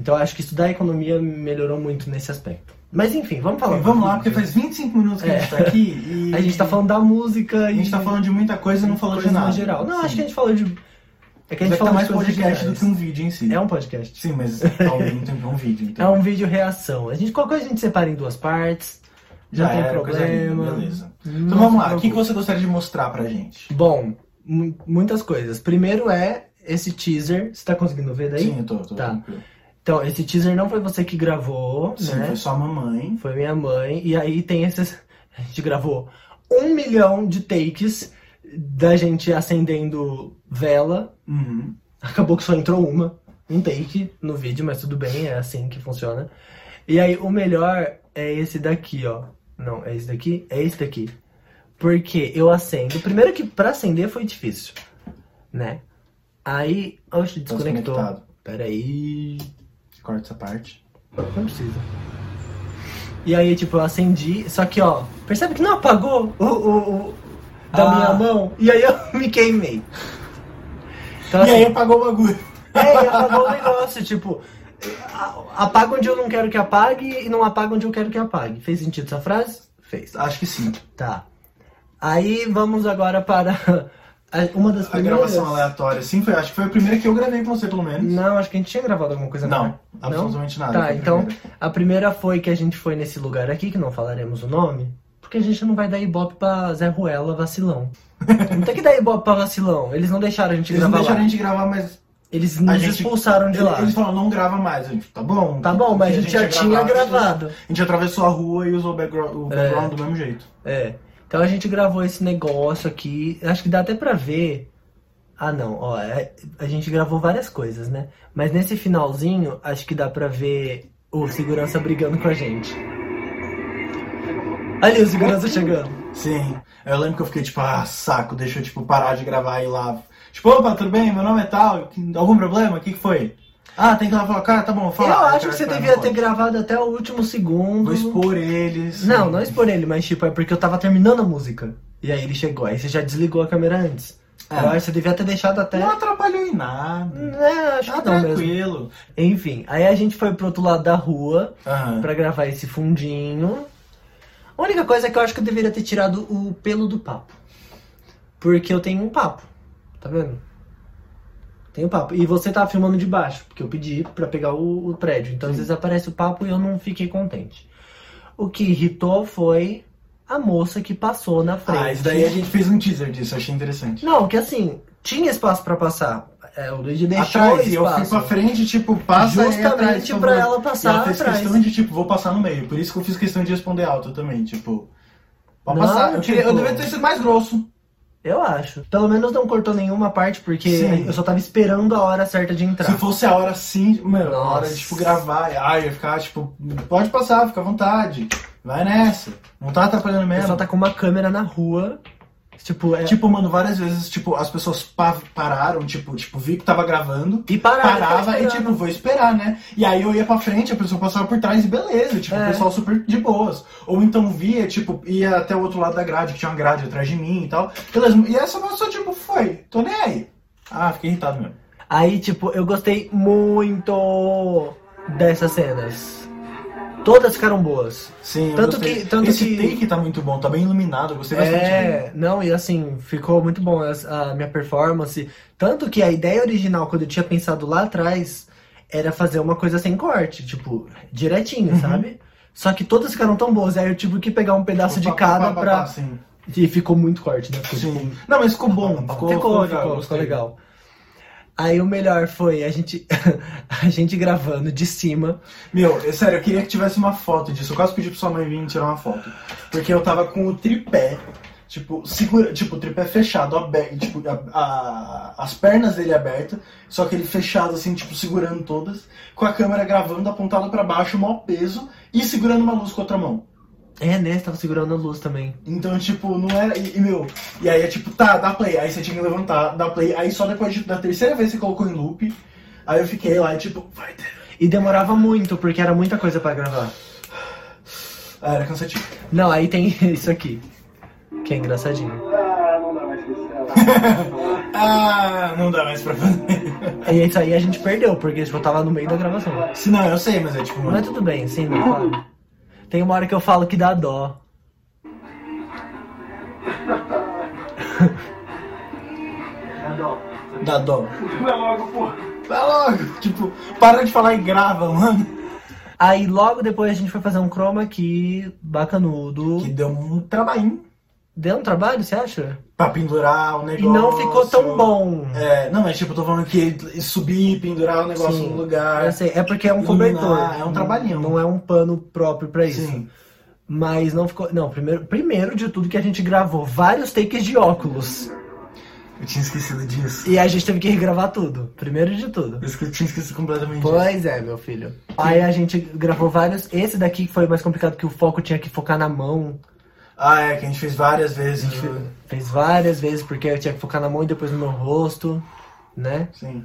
[SPEAKER 2] Então eu acho que estudar economia melhorou muito nesse aspecto. Mas enfim, vamos falar. um
[SPEAKER 1] Bom, vamos lá, porque faz 25 minutos que a gente tá aqui e.
[SPEAKER 2] É. A gente tá falando da música
[SPEAKER 1] A gente tá falando de muita coisa e não falou de
[SPEAKER 2] coisas no
[SPEAKER 1] nada.
[SPEAKER 2] geral. Não,
[SPEAKER 1] Sim.
[SPEAKER 2] acho que a gente falou de. É
[SPEAKER 1] Deve
[SPEAKER 2] que a gente
[SPEAKER 1] tá
[SPEAKER 2] falou
[SPEAKER 1] mais
[SPEAKER 2] de coisas
[SPEAKER 1] podcast do
[SPEAKER 2] gerais.
[SPEAKER 1] que um vídeo em si.
[SPEAKER 2] É um podcast.
[SPEAKER 1] Sim, mas ao mesmo tempo é um vídeo,
[SPEAKER 2] É
[SPEAKER 1] então.
[SPEAKER 2] um vídeo reação. A gente, qualquer coisa a gente separa em duas partes. não tem
[SPEAKER 1] era, é, coisa linda,
[SPEAKER 2] problema.
[SPEAKER 1] Beleza.
[SPEAKER 2] Não
[SPEAKER 1] Então vamos
[SPEAKER 2] se
[SPEAKER 1] lá, o que que
[SPEAKER 2] preocupe.
[SPEAKER 1] você gostaria de mostrar pra gente?
[SPEAKER 2] Bom, mu- muitas coisas. Primeiro é esse teaser. Você tá conseguindo ver daí?
[SPEAKER 1] Sim, eu tô, tô
[SPEAKER 2] Tá.
[SPEAKER 1] tranquilo.
[SPEAKER 2] Então, esse teaser não foi você que gravou,
[SPEAKER 1] Sim,
[SPEAKER 2] né?
[SPEAKER 1] foi só a mamãe.
[SPEAKER 2] Foi minha mãe. E aí tem esses. A gente gravou um milhão de takes da gente acendendo vela.
[SPEAKER 1] Uhum.
[SPEAKER 2] Acabou que só entrou uma, um take no vídeo, mas tudo bem, é assim que funciona. E aí, o melhor é esse daqui, ó. Não, é esse daqui? É esse daqui. Porque eu acendo. Primeiro que pra acender foi difícil, né? Aí. Oxe, desconectou.
[SPEAKER 1] Tá Desconectado.
[SPEAKER 2] Peraí.
[SPEAKER 1] Corta essa parte.
[SPEAKER 2] Não precisa. E aí, tipo, eu acendi, só que, ó, percebe que não apagou o, o, o- da
[SPEAKER 1] Ah.
[SPEAKER 2] minha mão? E aí eu me queimei. Então,
[SPEAKER 1] E aí
[SPEAKER 2] assim,
[SPEAKER 1] apagou o bagulho.
[SPEAKER 2] é, e apagou o negócio, tipo, a- apaga onde eu não quero que apague e não apaga onde eu quero que apague. Fez sentido essa frase? Fez.
[SPEAKER 1] Acho que sim.
[SPEAKER 2] Tá. Aí vamos agora para a- uma das
[SPEAKER 1] A
[SPEAKER 2] primeiras...
[SPEAKER 1] gravação é né? aleatória, sim, foi, acho que foi a primeira que eu gravei com você, pelo menos.
[SPEAKER 2] Não, acho que a gente tinha gravado alguma coisa.
[SPEAKER 1] Não,
[SPEAKER 2] né?
[SPEAKER 1] absolutamente nada,
[SPEAKER 2] Tá,
[SPEAKER 1] foi a
[SPEAKER 2] então
[SPEAKER 1] primeira.
[SPEAKER 2] a primeira foi que a gente foi nesse lugar aqui, que não falaremos o nome, porque a gente não vai dar ibope pra Zé Ruela vacilão. não tem que dar ibope pra vacilão. Eles não deixaram a gente
[SPEAKER 1] Eles não
[SPEAKER 2] gravar
[SPEAKER 1] deixaram
[SPEAKER 2] lá.
[SPEAKER 1] a gente gravar, mas
[SPEAKER 2] Eles
[SPEAKER 1] a
[SPEAKER 2] nos
[SPEAKER 1] gente-
[SPEAKER 2] expulsaram de lá.
[SPEAKER 1] eles falaram, não grava mais. A gente, tá bom.
[SPEAKER 2] Tá bom, mas a gente, já tinha gravado.
[SPEAKER 1] A gente atravessou a rua e usou o background, o background do mesmo jeito.
[SPEAKER 2] É. Então a gente gravou esse negócio aqui. Acho que dá até pra ver. Ah, não. Ó, é- a gente gravou várias coisas, né? Mas nesse finalzinho, acho que dá pra ver o segurança brigando com a gente. Ali, o segurança chegando.
[SPEAKER 1] Sim. Eu lembro que eu fiquei tipo, ah, saco, deixa eu tipo, parar de gravar e ir lá. Tipo, opa, tudo bem? Meu nome é tal. que- Algum problema? O que, que foi? Ah, tem que ir lá falar, cara, tá bom, fala.
[SPEAKER 2] Eu
[SPEAKER 1] Ah,
[SPEAKER 2] acho
[SPEAKER 1] cara,
[SPEAKER 2] que você
[SPEAKER 1] cara, não
[SPEAKER 2] devia
[SPEAKER 1] pode.
[SPEAKER 2] ter gravado até o último segundo.
[SPEAKER 1] Vou expor eles.
[SPEAKER 2] Não, não expor ele, mas tipo, é porque eu tava terminando a música. E aí ele chegou. Aí você já desligou a câmera antes.
[SPEAKER 1] É.
[SPEAKER 2] Eu acho que você devia ter deixado até.
[SPEAKER 1] Não atrapalhou em nada.
[SPEAKER 2] É, acho
[SPEAKER 1] Tá
[SPEAKER 2] que não mesmo.
[SPEAKER 1] tranquilo.
[SPEAKER 2] Enfim, aí a gente foi pro outro lado da rua
[SPEAKER 1] Aham.
[SPEAKER 2] pra gravar esse fundinho. A única coisa é que eu acho que eu deveria ter tirado o pelo do papo. Porque eu tenho um papo, tá vendo? Tenho papo. E você tá filmando de baixo, porque eu pedi pra pegar o, o prédio. Então às vezes aparece o papo e eu não fiquei contente. O que irritou foi a moça que passou na frente.
[SPEAKER 1] Ah, isso daí a gente fez um teaser disso, achei interessante.
[SPEAKER 2] Não, que assim, tinha espaço pra passar. É, o Luigi deixou
[SPEAKER 1] atrás, e eu
[SPEAKER 2] espaço.
[SPEAKER 1] fui pra frente, tipo, passa aí atrás,
[SPEAKER 2] justamente
[SPEAKER 1] por
[SPEAKER 2] pra
[SPEAKER 1] favor.
[SPEAKER 2] ela
[SPEAKER 1] E
[SPEAKER 2] passar
[SPEAKER 1] ela fez
[SPEAKER 2] atrás.
[SPEAKER 1] questão de, tipo, vou passar no meio. Por isso que eu fiz questão de responder alto também, tipo... Pode
[SPEAKER 2] Não,
[SPEAKER 1] passar. Eu, queria- eu
[SPEAKER 2] tipo-
[SPEAKER 1] devia ter sido mais grosso.
[SPEAKER 2] Eu acho. Pelo menos não cortou nenhuma parte, porque
[SPEAKER 1] Sim.
[SPEAKER 2] eu só tava esperando a hora certa de entrar.
[SPEAKER 1] Tá. Se fosse a hora sim, mano, a hora
[SPEAKER 2] Nossa.
[SPEAKER 1] de, tipo, gravar. Ai, eu ia ficar, tipo, pode passar, fica à vontade. Vai nessa. Não tá atrapalhando
[SPEAKER 2] O
[SPEAKER 1] mesmo.
[SPEAKER 2] pessoal tá com uma câmera na rua. Tipo, é...
[SPEAKER 1] Tipo, mano, várias vezes, tipo, as pessoas pa- pararam, tipo, tipo, vi que tava gravando.
[SPEAKER 2] e parava.
[SPEAKER 1] Parava e tipo, vou esperar, né? E aí eu ia pra frente, a pessoa passava por trás e beleza, tipo, o
[SPEAKER 2] É.
[SPEAKER 1] pessoal super de boas. Ou então via, tipo, ia até o outro lado da grade, que tinha uma grade atrás de mim e tal. Beleza, e essa pessoa, tipo, foi, tô nem aí. Ah, fiquei irritado mesmo.
[SPEAKER 2] Aí, tipo, eu gostei muito dessas cenas. Todas ficaram boas.
[SPEAKER 1] Sim, eu
[SPEAKER 2] Tanto
[SPEAKER 1] gostei.
[SPEAKER 2] que- tanto
[SPEAKER 1] Esse
[SPEAKER 2] que-
[SPEAKER 1] take tá muito bom, tá bem iluminado, eu gostei bastante. dele.
[SPEAKER 2] É, não, e assim, ficou muito bom essa- a minha performance. Tanto que a ideia original, quando eu tinha pensado lá atrás, era fazer uma coisa sem corte, tipo, direitinho,
[SPEAKER 1] Uhum.
[SPEAKER 2] sabe? Só que todas ficaram tão boas, aí eu tive que pegar um pedaço de
[SPEAKER 1] Pá, pá,
[SPEAKER 2] cada
[SPEAKER 1] pá, pá,
[SPEAKER 2] pra.
[SPEAKER 1] pá, Sim.
[SPEAKER 2] E ficou muito corte, né? Ficou, tipo,
[SPEAKER 1] Sim. Não, mas ficou bom,
[SPEAKER 2] Ficou,
[SPEAKER 1] ficou,
[SPEAKER 2] ficou, ficou,
[SPEAKER 1] legal. eu
[SPEAKER 2] ficou
[SPEAKER 1] gostei.
[SPEAKER 2] legal. Aí o melhor foi a gente, a gente gravando de cima.
[SPEAKER 1] Meu, é sério, eu queria que tivesse uma foto disso. Eu quase pedi pra sua mãe vir tirar uma foto. Porque eu tava com o tripé, tipo, segura, tipo, o tripé fechado, aberto, tipo, a- a- as pernas dele abertas, só que ele fechado, assim, tipo, segurando todas, com a câmera gravando, apontada pra baixo, maior peso, e segurando uma luz com a outra mão.
[SPEAKER 2] É, né? Você tava segurando a luz também.
[SPEAKER 1] Então, tipo, não era. E, e, meu, e aí é tipo, tá, dá play. Aí você tinha que levantar, dá play. Aí só depois de- da terceira vez você colocou em loop. Aí eu fiquei lá e tipo, vai ter.
[SPEAKER 2] E demorava muito, porque era muita coisa pra gravar.
[SPEAKER 1] Ah, era cansativo.
[SPEAKER 2] Não, aí tem isso aqui. Que é engraçadinho.
[SPEAKER 3] Ah, não dá mais pra esse
[SPEAKER 1] Ah, não dá mais pra fazer.
[SPEAKER 2] E isso aí a gente perdeu, porque tipo, eu tava no meio da gravação.
[SPEAKER 1] Se não, eu sei, mas é tipo,
[SPEAKER 2] Mas
[SPEAKER 1] mano.
[SPEAKER 2] tudo bem, sim, não, claro. Tem uma hora que eu falo que dá dó.
[SPEAKER 1] Dá dó.
[SPEAKER 3] Vai logo, pô.
[SPEAKER 1] Vai logo. Tipo, para de falar e grava, mano.
[SPEAKER 2] Aí logo depois a gente foi fazer um chroma aqui bacanudo.
[SPEAKER 1] Que deu um trabalhinho
[SPEAKER 2] Deu um trabalho, você acha?
[SPEAKER 1] pra pendurar o
[SPEAKER 2] E
[SPEAKER 1] negócio.
[SPEAKER 2] não ficou tão bom.
[SPEAKER 1] É, não, mas tipo, eu tô falando que subir, pendurar o negócio
[SPEAKER 2] Sim.
[SPEAKER 1] no um lugar.
[SPEAKER 2] Eu sei, é porque é um
[SPEAKER 1] Iluminar,
[SPEAKER 2] cobertor.
[SPEAKER 1] é um trabalhinho.
[SPEAKER 2] Não é um pano próprio pra isso.
[SPEAKER 1] Sim.
[SPEAKER 2] Mas não ficou. Não, primeiro, primeiro de tudo que a gente gravou vários takes de óculos.
[SPEAKER 1] Eu tinha esquecido disso.
[SPEAKER 2] E a gente teve que regravar tudo, primeiro de tudo.
[SPEAKER 1] Eu esque- tinha esquecido completamente disso.
[SPEAKER 2] Pois é, meu filho. Aí a gente gravou vários. Esse daqui que foi mais complicado que o foco tinha que focar na mão.
[SPEAKER 1] Ah, é, que a gente fez várias vezes.
[SPEAKER 2] A gente fe-
[SPEAKER 1] né?
[SPEAKER 2] fez várias vezes porque eu tinha que focar na mão e depois no meu rosto, né?
[SPEAKER 1] Sim.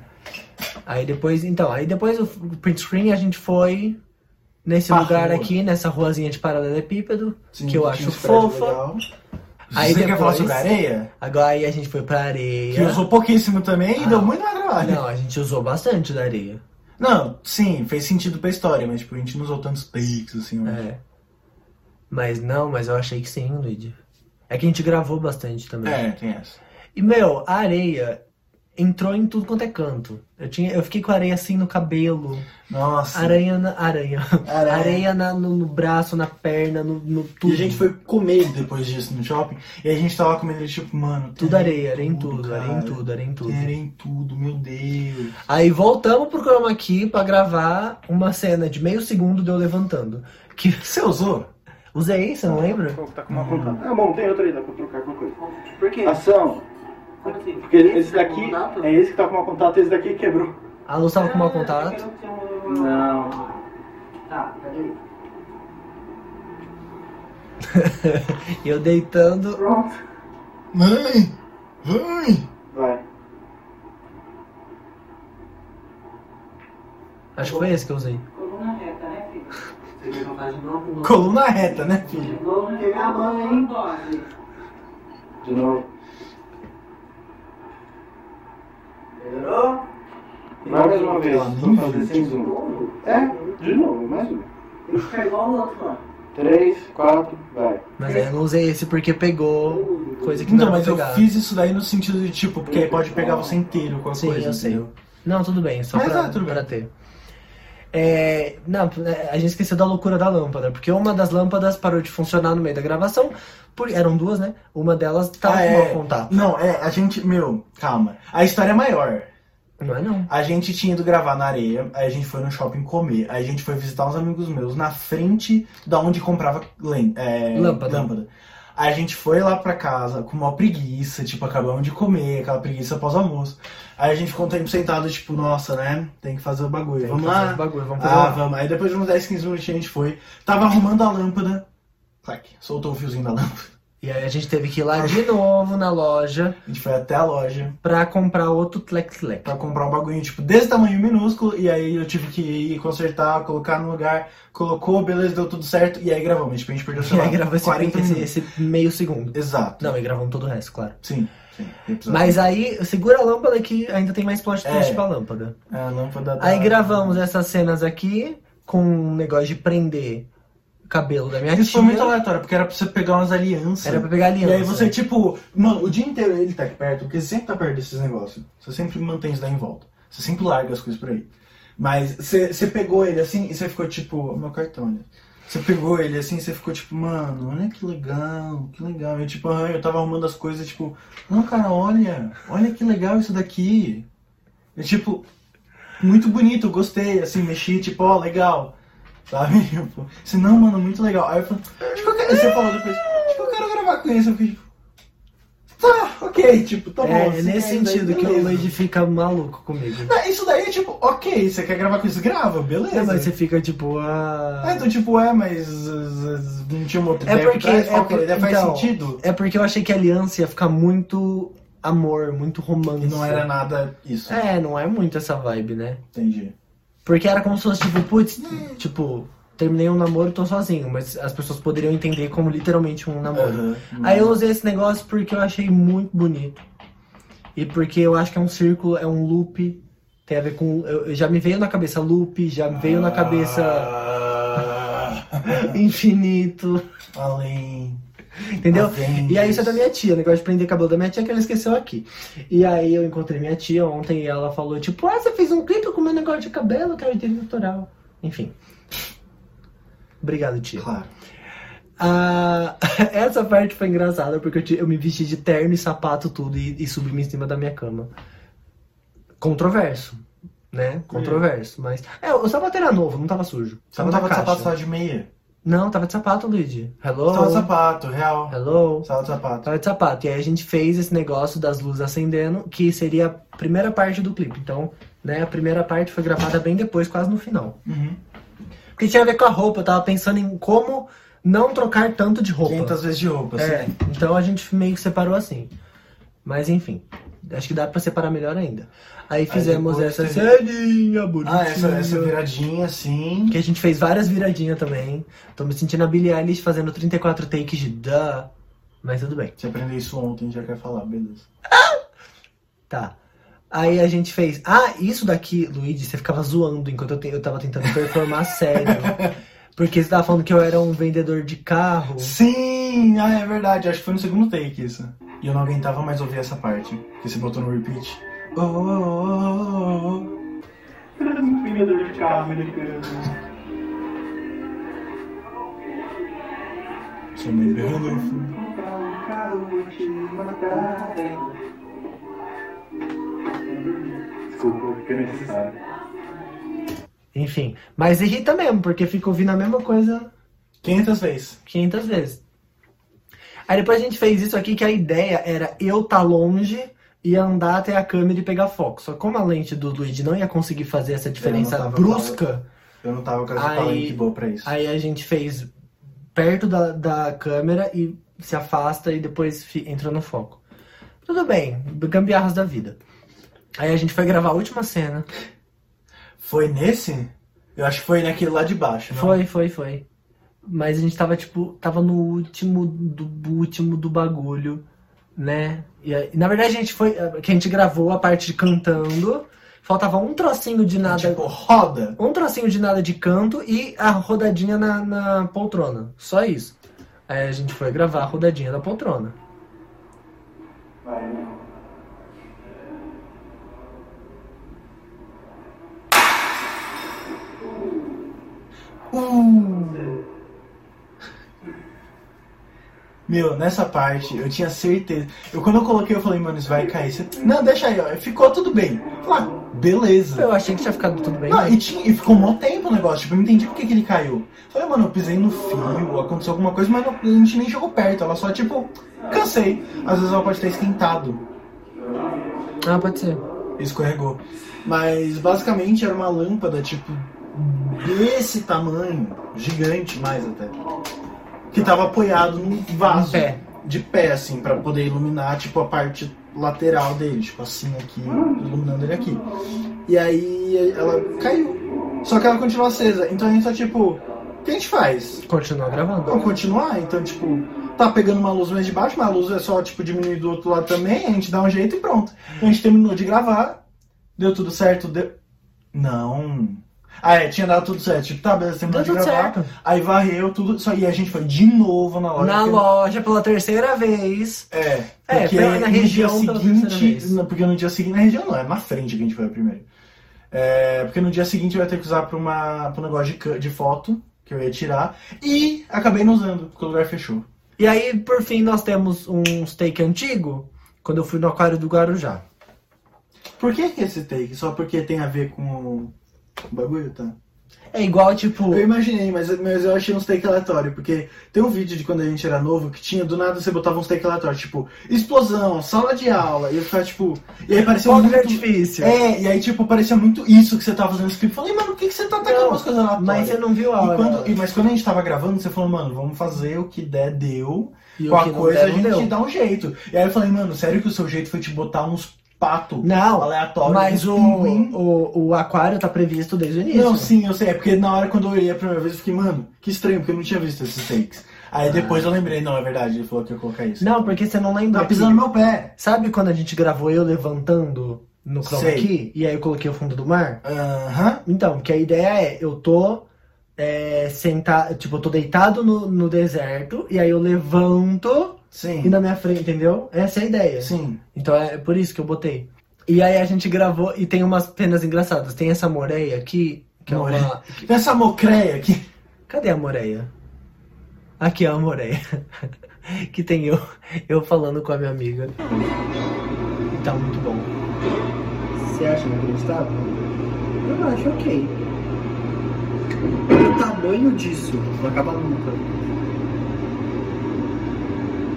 [SPEAKER 2] Aí depois, então, aí depois o f- o print screen a gente foi nesse
[SPEAKER 1] Pra
[SPEAKER 2] lugar
[SPEAKER 1] rua.
[SPEAKER 2] aqui, nessa ruazinha de paralelepípedo,
[SPEAKER 1] Sim,
[SPEAKER 2] que eu
[SPEAKER 1] tinha
[SPEAKER 2] acho
[SPEAKER 1] uns prédios
[SPEAKER 2] fofa.
[SPEAKER 1] legal.
[SPEAKER 2] Aí
[SPEAKER 1] Você quer falar
[SPEAKER 2] depois-
[SPEAKER 1] sobre areia?
[SPEAKER 2] Agora aí a gente foi pra
[SPEAKER 1] Que
[SPEAKER 2] areia.
[SPEAKER 1] usou pouquíssimo também e
[SPEAKER 2] Ah.
[SPEAKER 1] deu muito mais trabalho.
[SPEAKER 2] Não, a gente usou bastante da areia.
[SPEAKER 1] Não, sim, fez sentido pra história, mas tipo, a gente não usou tantos takes, assim. eu acho.
[SPEAKER 2] É. Mas não, mas eu achei que sim, Luigi. É que a gente gravou bastante também.
[SPEAKER 1] É, tem essa.
[SPEAKER 2] E, meu, a areia entrou em tudo quanto é canto. Eu, tinha, eu fiquei com a areia assim no cabelo.
[SPEAKER 1] Nossa.
[SPEAKER 2] Aranha na. Aranha.
[SPEAKER 1] Aranha.
[SPEAKER 2] Areia na- no, no braço, na perna, no, no tudo.
[SPEAKER 1] E a gente foi comer depois disso no shopping. E a gente tava comendo, tipo, mano.
[SPEAKER 2] Tudo
[SPEAKER 1] tem
[SPEAKER 2] areia, areia em tudo, areia em
[SPEAKER 1] cara.
[SPEAKER 2] tudo, areia em tudo.
[SPEAKER 1] Era em tudo, meu Deus.
[SPEAKER 2] Aí voltamos pro chroma aqui pra gravar uma cena de meio segundo de eu levantando. Que
[SPEAKER 1] Você usou?
[SPEAKER 2] usei, você não lembra?
[SPEAKER 4] Pô, Tá com uma vontade.
[SPEAKER 3] Ah, bom, tem outra aí, dá pra trocar alguma coisa.
[SPEAKER 4] Por quê?
[SPEAKER 3] Ação.
[SPEAKER 4] Como assim?
[SPEAKER 3] Porque esse,
[SPEAKER 4] tá com
[SPEAKER 3] daqui
[SPEAKER 4] contato?
[SPEAKER 3] é esse que tá com mau contato, esse daqui quebrou.
[SPEAKER 2] A luz tava com mau
[SPEAKER 4] Ah,
[SPEAKER 2] contato.
[SPEAKER 4] eu tenho-
[SPEAKER 3] Não.
[SPEAKER 4] Tá, peraí.
[SPEAKER 2] E eu deitando.
[SPEAKER 4] Pronto.
[SPEAKER 1] Mãe! Mãe!
[SPEAKER 3] Vai.
[SPEAKER 2] Acho que foi esse que eu usei.
[SPEAKER 4] Coluna reta, né, filho? Você quer contar de novo?
[SPEAKER 1] Coluna reta, né, filho?
[SPEAKER 4] Coluna reta. A mãe dose.
[SPEAKER 3] De novo.
[SPEAKER 4] Melhorou?
[SPEAKER 3] Mais uma vez.
[SPEAKER 1] Ela nem
[SPEAKER 3] Vou fazer
[SPEAKER 1] viu.
[SPEAKER 3] sem zoom.
[SPEAKER 4] Novo?
[SPEAKER 3] É, de novo, mais uma.
[SPEAKER 4] Tem que pegar o outro, mano.
[SPEAKER 3] Três, quatro, vai.
[SPEAKER 2] Mas aí eu não usei esse porque pegou coisa que
[SPEAKER 1] Então,
[SPEAKER 2] não era
[SPEAKER 1] mas
[SPEAKER 2] pra
[SPEAKER 1] eu
[SPEAKER 2] pegar.
[SPEAKER 1] fiz isso daí no sentido de tipo, porque aí pode pegar você inteiro com a
[SPEAKER 2] Sim,
[SPEAKER 1] coisa.
[SPEAKER 2] eu sei.
[SPEAKER 1] entendeu?
[SPEAKER 2] Não, tudo bem, só
[SPEAKER 1] Mas
[SPEAKER 2] pra,
[SPEAKER 1] tá, tudo bem.
[SPEAKER 2] pra ter. É, não, a gente esqueceu da loucura da lâmpada, porque uma das lâmpadas parou de funcionar no meio da gravação, por, eram duas, né? Uma delas tava
[SPEAKER 1] Ah,
[SPEAKER 2] com mau
[SPEAKER 1] é.
[SPEAKER 2] contato.
[SPEAKER 1] Não, é, a gente. Meu, calma. A história é maior.
[SPEAKER 2] Não é não.
[SPEAKER 1] A gente tinha ido gravar na areia, aí a gente foi no shopping comer, aí a gente foi visitar uns amigos meus na frente da onde comprava lem- é,
[SPEAKER 2] Lâmpada.
[SPEAKER 1] Aí A gente foi lá pra casa com uma preguiça, tipo, acabamos de comer, aquela preguiça após o almoço. Aí a gente ficou um tempo sentado, tipo, nossa, né? Tem que fazer o bagulho.
[SPEAKER 2] Tem que
[SPEAKER 1] vamos
[SPEAKER 2] fazer
[SPEAKER 1] lá?
[SPEAKER 2] esse Bagulho, vamos fazer
[SPEAKER 1] Ah,
[SPEAKER 2] lá.
[SPEAKER 1] vamos. Aí depois de uns 10, 15 minutos a gente foi. Tava arrumando a lâmpada. Clac, soltou o fiozinho da lâmpada.
[SPEAKER 2] E aí a gente teve que ir lá de novo na loja
[SPEAKER 1] A gente foi até a loja
[SPEAKER 2] pra comprar outro Tlec-Tlec.
[SPEAKER 1] pra comprar um bagulho, tipo, desse tamanho minúsculo. E aí eu tive que ir consertar, colocar no lugar. Colocou, beleza, deu tudo certo. E aí gravamos. Tipo, a gente perdeu,
[SPEAKER 2] E
[SPEAKER 1] sei lá,
[SPEAKER 2] aí gravou esse,
[SPEAKER 1] 40
[SPEAKER 2] esse-
[SPEAKER 1] minutos.
[SPEAKER 2] esse meio segundo.
[SPEAKER 1] Exato.
[SPEAKER 2] Não, e gravamos todo o resto, claro.
[SPEAKER 1] Sim, sim. Episódio.
[SPEAKER 2] Mas aí, segura a lâmpada que ainda tem mais plot twist
[SPEAKER 1] É.
[SPEAKER 2] pra lâmpada.
[SPEAKER 1] A lâmpada da-
[SPEAKER 2] Aí gravamos essas cenas aqui com um negócio de prender o cabelo da minha
[SPEAKER 1] Isso
[SPEAKER 2] tia.
[SPEAKER 1] foi muito aleatório, porque era pra você pegar umas alianças.
[SPEAKER 2] Era pra pegar
[SPEAKER 1] E
[SPEAKER 2] aliança.
[SPEAKER 1] aí você, tipo, mano, o dia inteiro ele tá aqui perto, porque você sempre tá perto desses negócios. Você sempre mantém isso daí em volta. Você sempre larga as coisas por aí. Mas você você pegou ele assim e você ficou tipo, meu cartão, né? Você pegou ele assim e você ficou tipo, mano, olha que legal, que legal. Eu tipo, aham, eu tava arrumando as coisas, tipo, não, cara, olha, olha que legal isso daqui. Eu tipo, muito bonito, eu gostei, assim, mexi, tipo, ó, legal. Sabe? Tipo, assim, não, mano, muito legal. Aí eu falei, tipo, eu quero... você falou depois, tipo, eu quero gravar com isso. Eu fiquei, tipo, tá, ok, tipo, tá bom.
[SPEAKER 2] É,
[SPEAKER 1] você
[SPEAKER 2] nesse
[SPEAKER 1] quer, daí
[SPEAKER 2] sentido que o
[SPEAKER 1] beleza.
[SPEAKER 2] Luigi fica maluco comigo.
[SPEAKER 1] Não, Isso daí é tipo, ok, você quer gravar com isso? Grava, beleza.
[SPEAKER 2] Não, mas você fica tipo, ah...
[SPEAKER 1] Ah, então tipo, é, mas uh, uh, não tinha uma outra
[SPEAKER 2] É
[SPEAKER 1] ideia por
[SPEAKER 2] porque-
[SPEAKER 1] trás?
[SPEAKER 2] é
[SPEAKER 1] Qual que
[SPEAKER 2] porque-
[SPEAKER 1] ideia? faz
[SPEAKER 2] então,
[SPEAKER 1] sentido?
[SPEAKER 2] É porque eu achei que a aliança ia ficar muito amor, muito romance.
[SPEAKER 1] E não era nada isso,
[SPEAKER 2] É, não é muito essa vibe, né?
[SPEAKER 1] entendi.
[SPEAKER 2] Porque era como se fosse tipo, putz,
[SPEAKER 1] Hum.
[SPEAKER 2] tipo, terminei um namoro, tô sozinho. Mas as pessoas poderiam entender como literalmente um namoro.
[SPEAKER 1] Aham.
[SPEAKER 2] Aí eu usei esse negócio porque eu achei muito bonito. E porque eu acho que é um círculo, é um loop. Tem a ver com. eu- eu- já me veio na cabeça loop, já me veio na cabeça
[SPEAKER 1] Ah,
[SPEAKER 2] infinito.
[SPEAKER 1] Além.
[SPEAKER 2] Entendeu?
[SPEAKER 1] Avengers.
[SPEAKER 2] E aí isso é da minha tia, o negócio de prender cabelo da minha tia que ela esqueceu aqui. E aí eu encontrei minha tia ontem e ela falou, tipo, ah, você fez um clipe com o meu negócio de cabelo, que era direito natural. Enfim. Obrigado, tia.
[SPEAKER 1] Claro.
[SPEAKER 2] Ah, essa parte foi engraçada porque eu, ti- eu me vesti de terno e sapato tudo e, e subi em cima da minha cama. Controverso, né? Controverso, mas é, o sapato era novo, não tava sujo.
[SPEAKER 1] Você não
[SPEAKER 2] na
[SPEAKER 1] tava de
[SPEAKER 2] caixa.
[SPEAKER 1] sapato só de meia?
[SPEAKER 2] Não, tava de sapato, Luigi. Hello?
[SPEAKER 1] Sala de sapato, real.
[SPEAKER 2] Hello?
[SPEAKER 1] Sala de sapato.
[SPEAKER 2] Tava de sapato. E aí a gente fez esse negócio das luzes acendendo, que seria a primeira parte do clipe. Então, né, a primeira parte foi gravada bem depois, quase no final.
[SPEAKER 1] Uhum.
[SPEAKER 2] Porque tinha a ver com a roupa, eu tava pensando em como não trocar tanto de roupa.
[SPEAKER 1] 500 vezes de roupa,
[SPEAKER 2] É,
[SPEAKER 1] assim.
[SPEAKER 2] então a gente meio que separou assim. Mas enfim, acho que dá pra separar melhor ainda. Aí fizemos
[SPEAKER 1] depois
[SPEAKER 2] essa
[SPEAKER 1] teve-
[SPEAKER 2] ceninha bonitinha.
[SPEAKER 1] Ah, essa, essa viradinha, assim.
[SPEAKER 2] Que a gente fez várias viradinhas também. Tô me sentindo a Billie Eilish fazendo 34 takes de duh. Mas tudo bem.
[SPEAKER 1] Você aprendeu isso ontem, já quer falar, beleza.
[SPEAKER 2] Tá. Aí a gente fez. Ah, isso daqui, Luigi, você ficava zoando enquanto eu, te- eu tava tentando performar sério. Porque você tava falando que eu era um vendedor de carro.
[SPEAKER 1] Sim! Ah, é verdade. Acho que foi no segundo take isso. E eu não aguentava mais ouvir essa parte. Que você botou no repeat. Oh, oh, oh, oh, oh.
[SPEAKER 3] Vendedor de carro americano.
[SPEAKER 1] Sou meio berrando no fundo.
[SPEAKER 3] Comprar um carro, vou te matar. Desculpa, porque é necessário.
[SPEAKER 2] Enfim. Mas irrita mesmo, porque fica ouvindo a mesma coisa
[SPEAKER 1] 500 vezes.
[SPEAKER 2] 500 vezes. Aí depois a gente fez isso aqui que a ideia era eu tá longe e andar até a câmera e pegar foco. Só que como a lente do Luigi não ia conseguir fazer essa diferença
[SPEAKER 1] tava
[SPEAKER 2] brusca,
[SPEAKER 1] Eu não tava com essa
[SPEAKER 2] Aí-
[SPEAKER 1] palanque boa pra isso.
[SPEAKER 2] aí a gente fez perto da, da câmera e se afasta e depois fi- entra no foco. Tudo bem, gambiarras da vida. Aí a gente foi gravar a última cena.
[SPEAKER 1] Foi nesse? Eu acho que foi naquele lá de baixo, não?
[SPEAKER 2] Foi, foi, foi. Mas a gente tava, tipo, tava no último do último do bagulho, né? E aí- na verdade a gente foi. é, Que a gente gravou a parte de cantando. Faltava um trocinho de nada.
[SPEAKER 1] Tipo, roda.
[SPEAKER 2] Um trocinho de nada de canto e a rodadinha na, na poltrona. Só isso. Aí a gente foi gravar a rodadinha da poltrona.
[SPEAKER 3] Vai, não.
[SPEAKER 1] Uh! Meu, nessa parte eu tinha certeza. Eu quando eu coloquei, eu falei, mano, isso vai cair. Você- Não, deixa aí, ó. Ficou tudo bem. Eu falei, ah, beleza.
[SPEAKER 2] Eu achei que tinha ficado tudo bem. né?
[SPEAKER 1] Não,
[SPEAKER 2] mas-
[SPEAKER 1] e, tinha- e ficou um maior tempo o negócio, tipo, eu não entendi por que, que ele caiu. Eu Falei, mano, eu pisei no fio, aconteceu alguma coisa, mas não- a gente nem chegou perto, ela só, tipo, cansei. Às vezes ela pode ter esquentado.
[SPEAKER 2] Ah, pode ser.
[SPEAKER 1] escorregou. Mas basicamente era uma lâmpada, tipo, desse tamanho, gigante mais até. Que tava apoiado num vaso
[SPEAKER 2] Em pé.
[SPEAKER 1] de pé, assim, pra poder iluminar, tipo, a parte lateral dele, tipo assim aqui, iluminando ele aqui. E aí ela caiu. Só que ela continua acesa. Então a gente tá tipo, o que a gente faz?
[SPEAKER 2] Continua gravando.
[SPEAKER 1] Não, continuar, então, tipo, tá pegando uma luz mais de baixo, mas a luz é só, tipo, diminuir do outro lado também, a gente dá um jeito e pronto. Então a gente terminou de gravar, deu tudo certo, deu. Não. Ah, é, tinha dado tudo certo. Tipo, tá, beleza, terminou
[SPEAKER 2] Deu
[SPEAKER 1] de
[SPEAKER 2] tudo
[SPEAKER 1] gravar.
[SPEAKER 2] certo.
[SPEAKER 1] Aí varreu tudo. Só, e a gente foi de novo na loja.
[SPEAKER 2] Na
[SPEAKER 1] porque-
[SPEAKER 2] loja pela terceira vez.
[SPEAKER 1] É,
[SPEAKER 2] É,
[SPEAKER 1] porque
[SPEAKER 2] pela- na
[SPEAKER 1] no
[SPEAKER 2] região
[SPEAKER 1] dia
[SPEAKER 2] pela terceira
[SPEAKER 1] seguinte.
[SPEAKER 2] vez.
[SPEAKER 1] Não, porque no dia seguinte. Na região não, é na frente que a gente foi a primeira. É, porque no dia seguinte eu ia ter que usar pra, uma, pra um negócio de, ca- de foto que eu ia tirar. E acabei não usando, porque o lugar fechou.
[SPEAKER 2] E aí, por fim, nós temos um steak antigo, quando eu fui no Aquário do Guarujá.
[SPEAKER 1] Por que, que esse take? Só porque tem a ver com o bagulho, tá?
[SPEAKER 2] É igual, tipo,
[SPEAKER 1] Eu imaginei, mas, mas eu achei uns take aleatório, porque tem um vídeo de quando a gente era novo que tinha, do nada você botava uns take aleatório, tipo, explosão, sala de aula, e eu ficava tipo. E aí parecia
[SPEAKER 2] fogo de
[SPEAKER 1] muito.
[SPEAKER 2] artifício.
[SPEAKER 1] É, e aí tipo, parecia muito isso que você tava fazendo no script. Eu Falei, mano, por que, que você tá atacando
[SPEAKER 2] Não,
[SPEAKER 1] umas coisas aleatórias?
[SPEAKER 2] Mas você não viu a hora.
[SPEAKER 1] e quando, e- mas quando a gente tava gravando, você falou, mano, vamos fazer o que der, deu.
[SPEAKER 2] E o
[SPEAKER 1] com a
[SPEAKER 2] que não
[SPEAKER 1] coisa
[SPEAKER 2] der,
[SPEAKER 1] a
[SPEAKER 2] não
[SPEAKER 1] gente
[SPEAKER 2] deu.
[SPEAKER 1] dá um jeito. E aí eu falei, mano, sério que o seu jeito foi te botar uns pato
[SPEAKER 2] Não,
[SPEAKER 1] aleatório.
[SPEAKER 2] mas
[SPEAKER 1] uns
[SPEAKER 2] o,
[SPEAKER 1] pinguim?
[SPEAKER 2] o, o aquário tá previsto desde o início.
[SPEAKER 1] Não, sim, eu sei. É porque na hora quando eu olhei a primeira vez, eu fiquei, mano, que estranho, porque eu não tinha visto esses takes. Aí depois eu lembrei, não, é verdade, ele falou que ia colocar isso.
[SPEAKER 2] Não, porque você não lembra.
[SPEAKER 1] tá pisando
[SPEAKER 2] que-
[SPEAKER 1] no meu pé.
[SPEAKER 2] Sabe quando a gente gravou eu levantando no chroma
[SPEAKER 1] Sei.
[SPEAKER 2] key? E aí eu coloquei o fundo do mar?
[SPEAKER 1] Aham.
[SPEAKER 2] Então, porque a ideia é, eu tô é, sentado, tipo, eu tô deitado no, no deserto, e aí eu levanto e
[SPEAKER 1] Sim.
[SPEAKER 2] na minha frente, entendeu? Essa é a ideia.
[SPEAKER 1] Sim.
[SPEAKER 2] Então é por isso que eu botei. E aí a gente gravou e tem umas cenas engraçadas. Tem essa moreia aqui, que é
[SPEAKER 1] Moreia.
[SPEAKER 2] uma.
[SPEAKER 1] Tem essa mocreia aqui.
[SPEAKER 2] Cadê a moreia? Aqui é a moreia. que tem eu, eu falando com a minha amiga. E tá muito bom.
[SPEAKER 5] Você acha inacreditável? Eu acho ok. O tamanho disso não acaba nunca.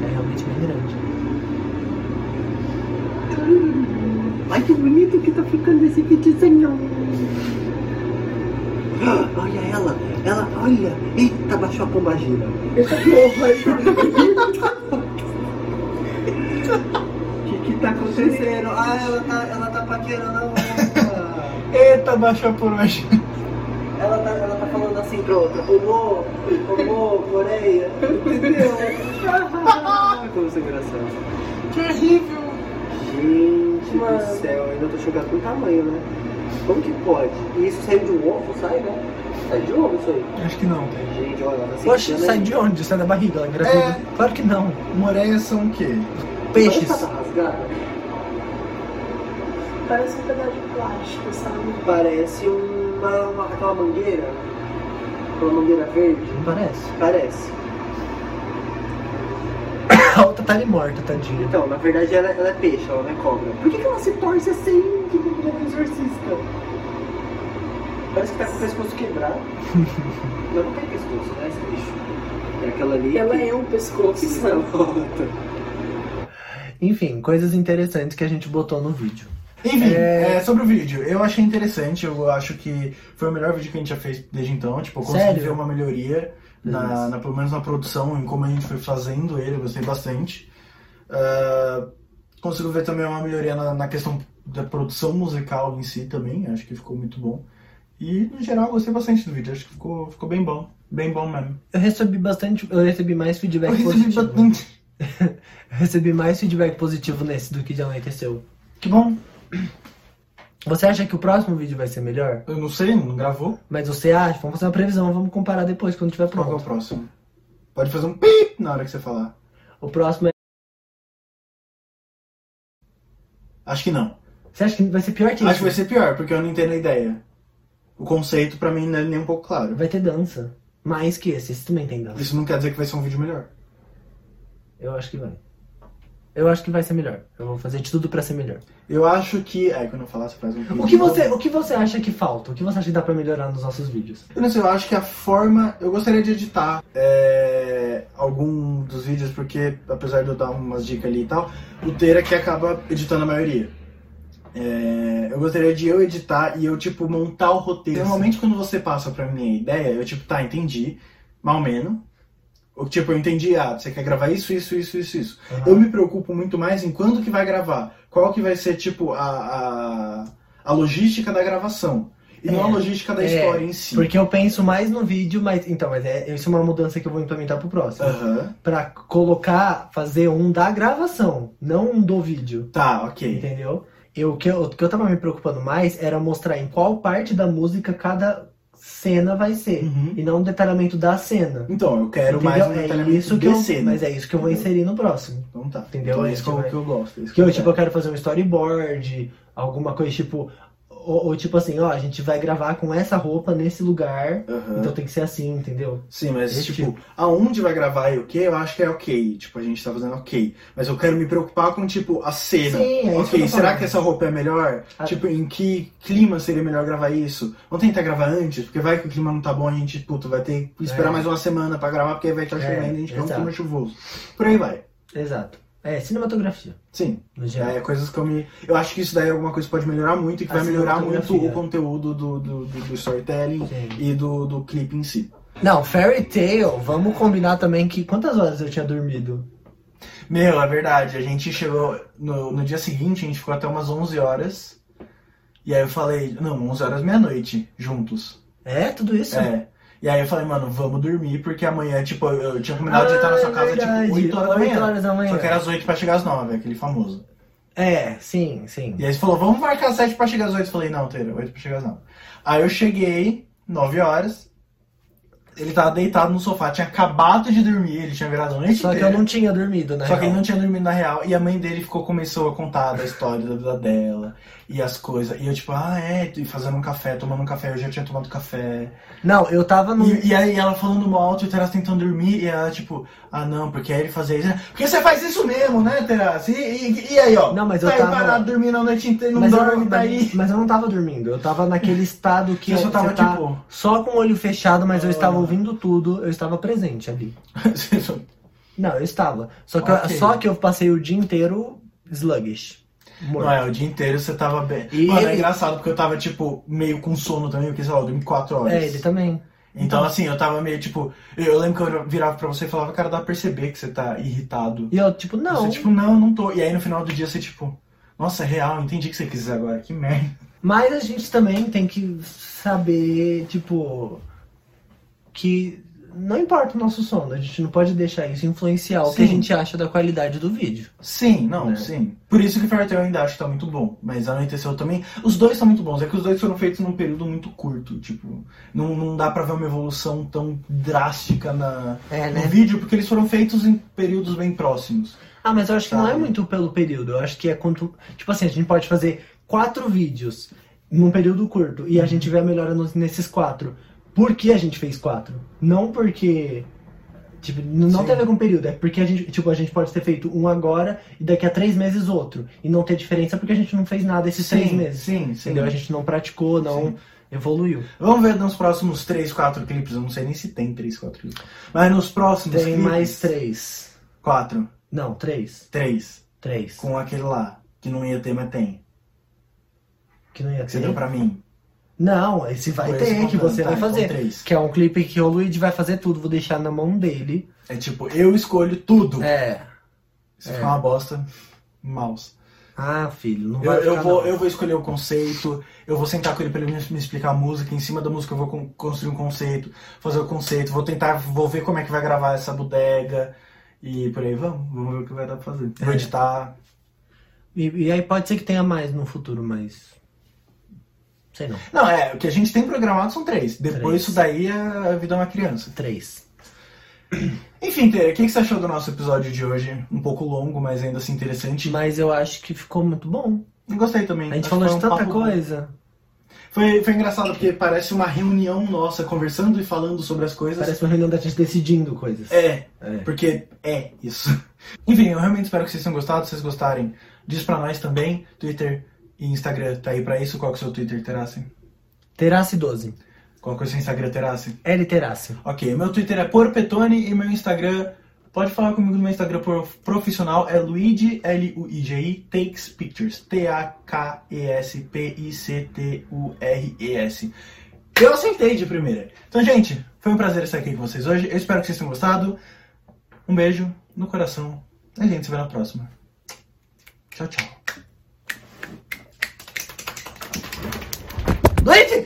[SPEAKER 2] É realmente bem grande.
[SPEAKER 5] Ai, que bonito que tá ficando esse videozinho. Ah, Olha ela, ela, olha. Eita, baixou a pombagira. Essa porra aí. O que que tá acontecendo? Ah, ela tá, ela tá paquerando a outra.
[SPEAKER 1] Eita, baixou por hoje.
[SPEAKER 5] Ela tá, ela tá falando assim pra outra, ô ô Coreia, entendeu? Como isso é engraçado. Que horrível! Gente do céu, ainda tô chocado com o tamanho, né? Como que pode? E isso saiu de um ovo, sai, né? Sai de ovo isso aí.
[SPEAKER 1] Acho que não.
[SPEAKER 5] Gente, olha, ela tá
[SPEAKER 2] Poxa,
[SPEAKER 5] sentindo,
[SPEAKER 2] sai
[SPEAKER 5] né?
[SPEAKER 2] de onde? Sai da barriga, ela engravidou.
[SPEAKER 1] É.
[SPEAKER 2] Claro que não.
[SPEAKER 1] Moreias são o quê?
[SPEAKER 5] Parece
[SPEAKER 2] Peixes.
[SPEAKER 5] que ela Tá rasgada.
[SPEAKER 6] Parece um pedaço de plástico, sabe?
[SPEAKER 5] Parece uma, uma, aquela mangueira. Aquela mangueira verde.
[SPEAKER 2] Não parece?
[SPEAKER 5] Parece.
[SPEAKER 2] A outra tá ali morta, tadinha.
[SPEAKER 5] Então, na verdade ela, ela é peixe, ela não é cobra. Por que, que ela se torce assim que nem um exorcista? Parece que tá com o pescoço quebrado. Ela não tem pescoço, né? Esse bicho. É aquela ali.
[SPEAKER 6] Ela
[SPEAKER 5] que-
[SPEAKER 6] é um
[SPEAKER 5] que
[SPEAKER 6] pescoço.
[SPEAKER 5] se levanta.
[SPEAKER 2] Enfim, coisas interessantes que a gente botou no vídeo.
[SPEAKER 1] Enfim,
[SPEAKER 2] É.
[SPEAKER 1] é, sobre o vídeo. Eu achei interessante, eu acho que foi o melhor vídeo que a gente já fez desde então. Tipo, eu consegui
[SPEAKER 2] Sério?
[SPEAKER 1] ver uma melhoria, na,
[SPEAKER 2] Beleza.
[SPEAKER 1] na- pelo menos na produção, em como a gente foi fazendo ele, eu gostei bastante. Ah, consigo ver também uma melhoria na, na questão da produção musical em si também, acho que ficou muito bom. E, no geral, eu gostei bastante do vídeo, acho que ficou, ficou bem bom. Bem bom mesmo.
[SPEAKER 2] Eu recebi bastante. Eu recebi mais feedback
[SPEAKER 1] Eu recebi
[SPEAKER 2] positivo. né?
[SPEAKER 1] bastante.
[SPEAKER 2] Eu recebi mais feedback positivo nesse do que já anoiteceu.
[SPEAKER 1] Que bom.
[SPEAKER 2] Você acha que o próximo vídeo vai ser melhor?
[SPEAKER 1] Eu não sei, não gravou.
[SPEAKER 2] Mas você acha? Vamos fazer uma previsão, vamos comparar depois, quando tiver
[SPEAKER 1] Qual que é o
[SPEAKER 2] pronto.
[SPEAKER 1] próximo? Pode fazer um pip na hora que você falar.
[SPEAKER 2] O próximo é.
[SPEAKER 1] Acho que não.
[SPEAKER 2] Você acha que vai ser pior que
[SPEAKER 1] Acho
[SPEAKER 2] isso?
[SPEAKER 1] que vai ser pior, porque eu não entendo a ideia. O conceito pra mim não é nem um pouco claro.
[SPEAKER 2] Vai ter dança. Mais que esse, esse também tem dança.
[SPEAKER 1] Isso não quer dizer que vai ser um vídeo melhor.
[SPEAKER 2] Eu acho que vai. Eu acho que vai ser melhor. Eu vou fazer de tudo pra ser melhor.
[SPEAKER 1] Eu acho que. Ai, quando eu falar, você faz um vídeo.
[SPEAKER 2] O que você, o que você acha que falta? O que você acha que dá pra melhorar nos nossos vídeos?
[SPEAKER 1] Eu não sei, eu acho que a forma. Eu gostaria de editar é, algum dos vídeos, porque apesar de eu dar umas dicas ali e tal, o Teira que acaba editando a maioria. É, eu gostaria de eu editar e eu, tipo, montar o roteiro. Normalmente quando você passa pra mim a ideia, eu, tipo, tá, entendi, mal menos. Ou, tipo, eu entendi, ah, você quer gravar isso, isso, isso, isso, isso. Eu me preocupo muito mais em quando que vai gravar. Qual que vai ser, tipo, a, a, a logística da gravação. E não a
[SPEAKER 2] É,
[SPEAKER 1] logística da
[SPEAKER 2] é,
[SPEAKER 1] história em si.
[SPEAKER 2] Porque eu penso mais no vídeo, mas. Então, mas é, isso é uma mudança que eu vou implementar pro próximo.
[SPEAKER 1] Aham.
[SPEAKER 2] Pra colocar, fazer um da gravação, não um do vídeo.
[SPEAKER 1] Tá, ok.
[SPEAKER 2] Entendeu? Eu, o, que eu, o que eu tava me preocupando mais era mostrar em qual parte da música cada cena vai ser.
[SPEAKER 1] Uhum.
[SPEAKER 2] E não um detalhamento da cena.
[SPEAKER 1] Então, eu quero mais um
[SPEAKER 2] Entendeu?
[SPEAKER 1] detalhamento
[SPEAKER 2] é isso que
[SPEAKER 1] de
[SPEAKER 2] eu,
[SPEAKER 1] cena.
[SPEAKER 2] Mas é isso que eu vou
[SPEAKER 1] Entendeu?
[SPEAKER 2] inserir no próximo.
[SPEAKER 1] Então tá.
[SPEAKER 2] Entendeu?
[SPEAKER 1] Então
[SPEAKER 2] A
[SPEAKER 1] é isso
[SPEAKER 2] gente
[SPEAKER 1] que eu,
[SPEAKER 2] vai-
[SPEAKER 1] que eu gosto. é isso
[SPEAKER 2] Que eu,
[SPEAKER 1] eu
[SPEAKER 2] tipo, eu
[SPEAKER 1] quero.
[SPEAKER 2] quero fazer um storyboard, alguma coisa tipo. Ou, ou tipo assim, ó, a gente vai gravar com essa roupa nesse lugar,
[SPEAKER 1] Aham.
[SPEAKER 2] então tem que ser assim, entendeu?
[SPEAKER 1] Sim, mas
[SPEAKER 2] Esse
[SPEAKER 1] tipo, aonde vai gravar e o que, eu acho que é ok. Tipo, a gente tá fazendo ok. Mas eu quero me preocupar com, tipo, a cena.
[SPEAKER 2] Sim, é isso que eu
[SPEAKER 1] ok,
[SPEAKER 2] tô
[SPEAKER 1] será
[SPEAKER 2] falando.
[SPEAKER 1] que essa roupa é melhor?
[SPEAKER 2] Ah.
[SPEAKER 1] Tipo, em que clima seria melhor gravar isso? Vamos tentar gravar antes, porque vai que o clima não tá bom, a gente, puto, vai ter que esperar
[SPEAKER 2] É.
[SPEAKER 1] mais uma semana pra gravar, porque vai estar
[SPEAKER 2] É,
[SPEAKER 1] chovendo e a gente quer um
[SPEAKER 2] exato.
[SPEAKER 1] clima chuvoso. Por aí vai.
[SPEAKER 2] Exato. É, cinematografia,
[SPEAKER 1] Sim.
[SPEAKER 2] no
[SPEAKER 1] Já
[SPEAKER 2] geral.
[SPEAKER 1] é coisas que eu me. Eu acho que isso daí é alguma coisa que pode melhorar muito e que
[SPEAKER 2] A
[SPEAKER 1] vai melhorar muito
[SPEAKER 2] cinematografia.
[SPEAKER 1] o conteúdo do, do, do- do storytelling
[SPEAKER 2] Sim.
[SPEAKER 1] e do, do clipe em si.
[SPEAKER 2] Não, Fairy Tale, vamos combinar também que quantas horas eu tinha dormido?
[SPEAKER 1] Meu, é verdade. A gente chegou. No, no dia seguinte, a gente ficou até umas 11 horas. E aí eu falei, não, 11 horas meia-noite, juntos.
[SPEAKER 2] É, tudo isso?
[SPEAKER 1] É. E aí eu falei, mano, vamos dormir, porque amanhã, tipo, eu, eu tinha combinado de
[SPEAKER 2] Ah,
[SPEAKER 1] estar na sua
[SPEAKER 2] é
[SPEAKER 1] casa,
[SPEAKER 2] verdade.
[SPEAKER 1] tipo, 8 horas da manhã.
[SPEAKER 2] Oito horas da manhã.
[SPEAKER 1] Só que era às 8 pra chegar às 9, aquele famoso.
[SPEAKER 2] É, sim, sim.
[SPEAKER 1] E aí você falou, vamos marcar 7 pra chegar às 8. Eu falei, não, Teira, 8 pra chegar às 9. Aí eu cheguei, 9 horas. Ele tava deitado no sofá, tinha acabado de dormir, ele tinha virado a noite
[SPEAKER 2] Só que
[SPEAKER 1] inteira.
[SPEAKER 2] eu não tinha dormido, né?
[SPEAKER 1] é. Só que ele não tinha dormido na real. E a mãe dele ficou, começou a contar a história da vida dela e as coisas. E eu, tipo, ah, é, e fazendo um café, tomando um café, eu já tinha tomado café.
[SPEAKER 2] Não, eu tava num.
[SPEAKER 1] E, e aí ela falando mal alto e o Terás tentando dormir. E ela, tipo, ah, não, porque aí ele fazia isso. né? Porque você faz isso mesmo, né, Terás? E, e- e aí, ó.
[SPEAKER 2] Não, mas
[SPEAKER 1] tá
[SPEAKER 2] eu
[SPEAKER 1] aí
[SPEAKER 2] tava-
[SPEAKER 1] parado dormindo a noite inteira, não
[SPEAKER 2] mas, eu
[SPEAKER 1] dorme,
[SPEAKER 2] não,
[SPEAKER 1] tá aí.
[SPEAKER 2] mas eu não tava dormindo, eu tava naquele estado que
[SPEAKER 1] Eu só
[SPEAKER 2] você
[SPEAKER 1] tava,
[SPEAKER 2] tá
[SPEAKER 1] tipo-
[SPEAKER 2] só com o olho fechado, mas eu
[SPEAKER 1] Ah.
[SPEAKER 2] estava ouvindo tudo, eu estava presente ali. Não, eu estava. Só que,
[SPEAKER 1] Ok.
[SPEAKER 2] só que eu passei o dia inteiro sluggish. Morto.
[SPEAKER 1] Não é, o dia inteiro você tava bem.
[SPEAKER 2] E-
[SPEAKER 1] Mano, é engraçado porque eu tava, tipo, meio com sono também, porque sei lá, eu dormi 4 horas.
[SPEAKER 2] É, ele também.
[SPEAKER 1] Então, assim, eu tava meio tipo. Eu lembro que eu virava pra você e falava, cara, dá pra perceber que você tá irritado.
[SPEAKER 2] E eu, tipo, não.
[SPEAKER 1] Você, tipo, não, não tô. E aí no final do dia você, tipo, nossa, é real, entendi o que você quis dizer agora, que merda.
[SPEAKER 2] Mas a gente também tem que saber, tipo, que não importa o nosso sono, a gente não pode deixar isso influenciar o que a
[SPEAKER 1] Sim.
[SPEAKER 2] gente acha da qualidade do vídeo.
[SPEAKER 1] Sim, não,
[SPEAKER 2] Né?
[SPEAKER 1] sim. Por isso que Fairy Tail eu ainda acho que tá muito bom. Mas anoiteceu também. Os dois são muito bons, é que os dois foram feitos num período muito curto. Tipo, não, não dá pra ver uma evolução tão drástica na,
[SPEAKER 2] É,
[SPEAKER 1] no vídeo, porque eles foram feitos em períodos bem próximos.
[SPEAKER 2] Ah, mas eu acho que não é
[SPEAKER 1] Sabe?
[SPEAKER 2] muito pelo período. Eu acho que é quanto. Tipo assim, a gente pode fazer quatro vídeos num período curto
[SPEAKER 1] Uhum.
[SPEAKER 2] e a gente vê a melhora nos- nesses quatro. Por que a gente fez quatro? Não porque. Tipo, n- não
[SPEAKER 1] Sim.
[SPEAKER 2] tem a ver com o período, é porque a gente, tipo, a gente pode ter feito um agora e daqui a três meses outro. E não ter diferença porque a gente não fez nada esses três
[SPEAKER 1] Sim,
[SPEAKER 2] meses.
[SPEAKER 1] Sim, sim.
[SPEAKER 2] Entendeu? A gente não praticou, não evoluiu.
[SPEAKER 1] Vamos ver nos próximos 3, 4 clipes. Eu não sei nem se tem 3, 4 clipes. Mas nos próximos
[SPEAKER 2] Tem mais três.
[SPEAKER 1] 4,
[SPEAKER 2] Não, três.
[SPEAKER 1] 3.
[SPEAKER 2] Três.
[SPEAKER 1] Com aquele lá. Que não ia ter, mas tem.
[SPEAKER 2] Que não ia
[SPEAKER 1] Que você
[SPEAKER 2] ter.
[SPEAKER 1] deu pra mim.
[SPEAKER 2] Não, esse vai
[SPEAKER 1] Foi
[SPEAKER 2] ter,
[SPEAKER 1] esse
[SPEAKER 2] que
[SPEAKER 1] contando,
[SPEAKER 2] você
[SPEAKER 1] tá,
[SPEAKER 2] vai
[SPEAKER 1] então
[SPEAKER 2] fazer.
[SPEAKER 1] três.
[SPEAKER 2] Que é um clipe que o Luigi vai fazer tudo, vou deixar na mão dele.
[SPEAKER 1] É tipo, eu escolho tudo.
[SPEAKER 2] É.
[SPEAKER 1] Se ficar uma bosta, mouse.
[SPEAKER 2] Ah, filho, não
[SPEAKER 1] Eu,
[SPEAKER 2] vai
[SPEAKER 1] eu
[SPEAKER 2] ficar,
[SPEAKER 1] vou,
[SPEAKER 2] não.
[SPEAKER 1] eu vou escolher o conceito, eu vou sentar com ele pra ele me, me explicar a música, em cima da música eu vou con- construir um conceito, fazer o conceito, vou tentar, vou ver como é que vai gravar essa bodega e por aí vamos, vamos ver o que vai dar pra fazer.
[SPEAKER 2] É.
[SPEAKER 1] Vou editar.
[SPEAKER 2] E, e aí pode ser que tenha mais no futuro, mas. Sei não.
[SPEAKER 1] Não, é, o que a gente tem programado são três.
[SPEAKER 2] Três.
[SPEAKER 1] Depois isso daí é a vida é uma criança.
[SPEAKER 2] Três.
[SPEAKER 1] Enfim, Tere, o que que você achou do nosso episódio de hoje? Um pouco longo, mas ainda assim interessante.
[SPEAKER 2] Mas eu acho que ficou muito bom.
[SPEAKER 1] Eu Gostei também.
[SPEAKER 2] A gente
[SPEAKER 1] Acho
[SPEAKER 2] falou
[SPEAKER 1] que
[SPEAKER 2] de
[SPEAKER 1] foi um
[SPEAKER 2] tanta
[SPEAKER 1] papo bom.
[SPEAKER 2] coisa.
[SPEAKER 1] Foi, foi engraçado, porque parece uma reunião nossa conversando e falando sobre as coisas.
[SPEAKER 2] Parece uma reunião da gente decidindo coisas.
[SPEAKER 1] É,
[SPEAKER 2] É.
[SPEAKER 1] porque é isso. Enfim, eu realmente espero que vocês tenham gostado. Se vocês gostarem, diz pra nós também. Twitter e Instagram tá aí pra isso. Qual que é o seu Twitter, Terassi?
[SPEAKER 2] Terace 12.
[SPEAKER 1] Qual que é o seu Instagram, Terassi?
[SPEAKER 2] L Terace.
[SPEAKER 1] Ok, meu Twitter é Porpetone e meu Instagram... Pode falar comigo no meu Instagram pro- profissional, é Luigi, L-U-I-G-I, Takes Pictures, T-A-K-E-S-P-I-C-T-U-R-E-S. Eu aceitei de primeira. Então, gente, foi um prazer estar aqui com vocês hoje. Eu espero que vocês tenham gostado. Um beijo no coração. A gente se vê na próxima. Tchau, tchau. Luigi!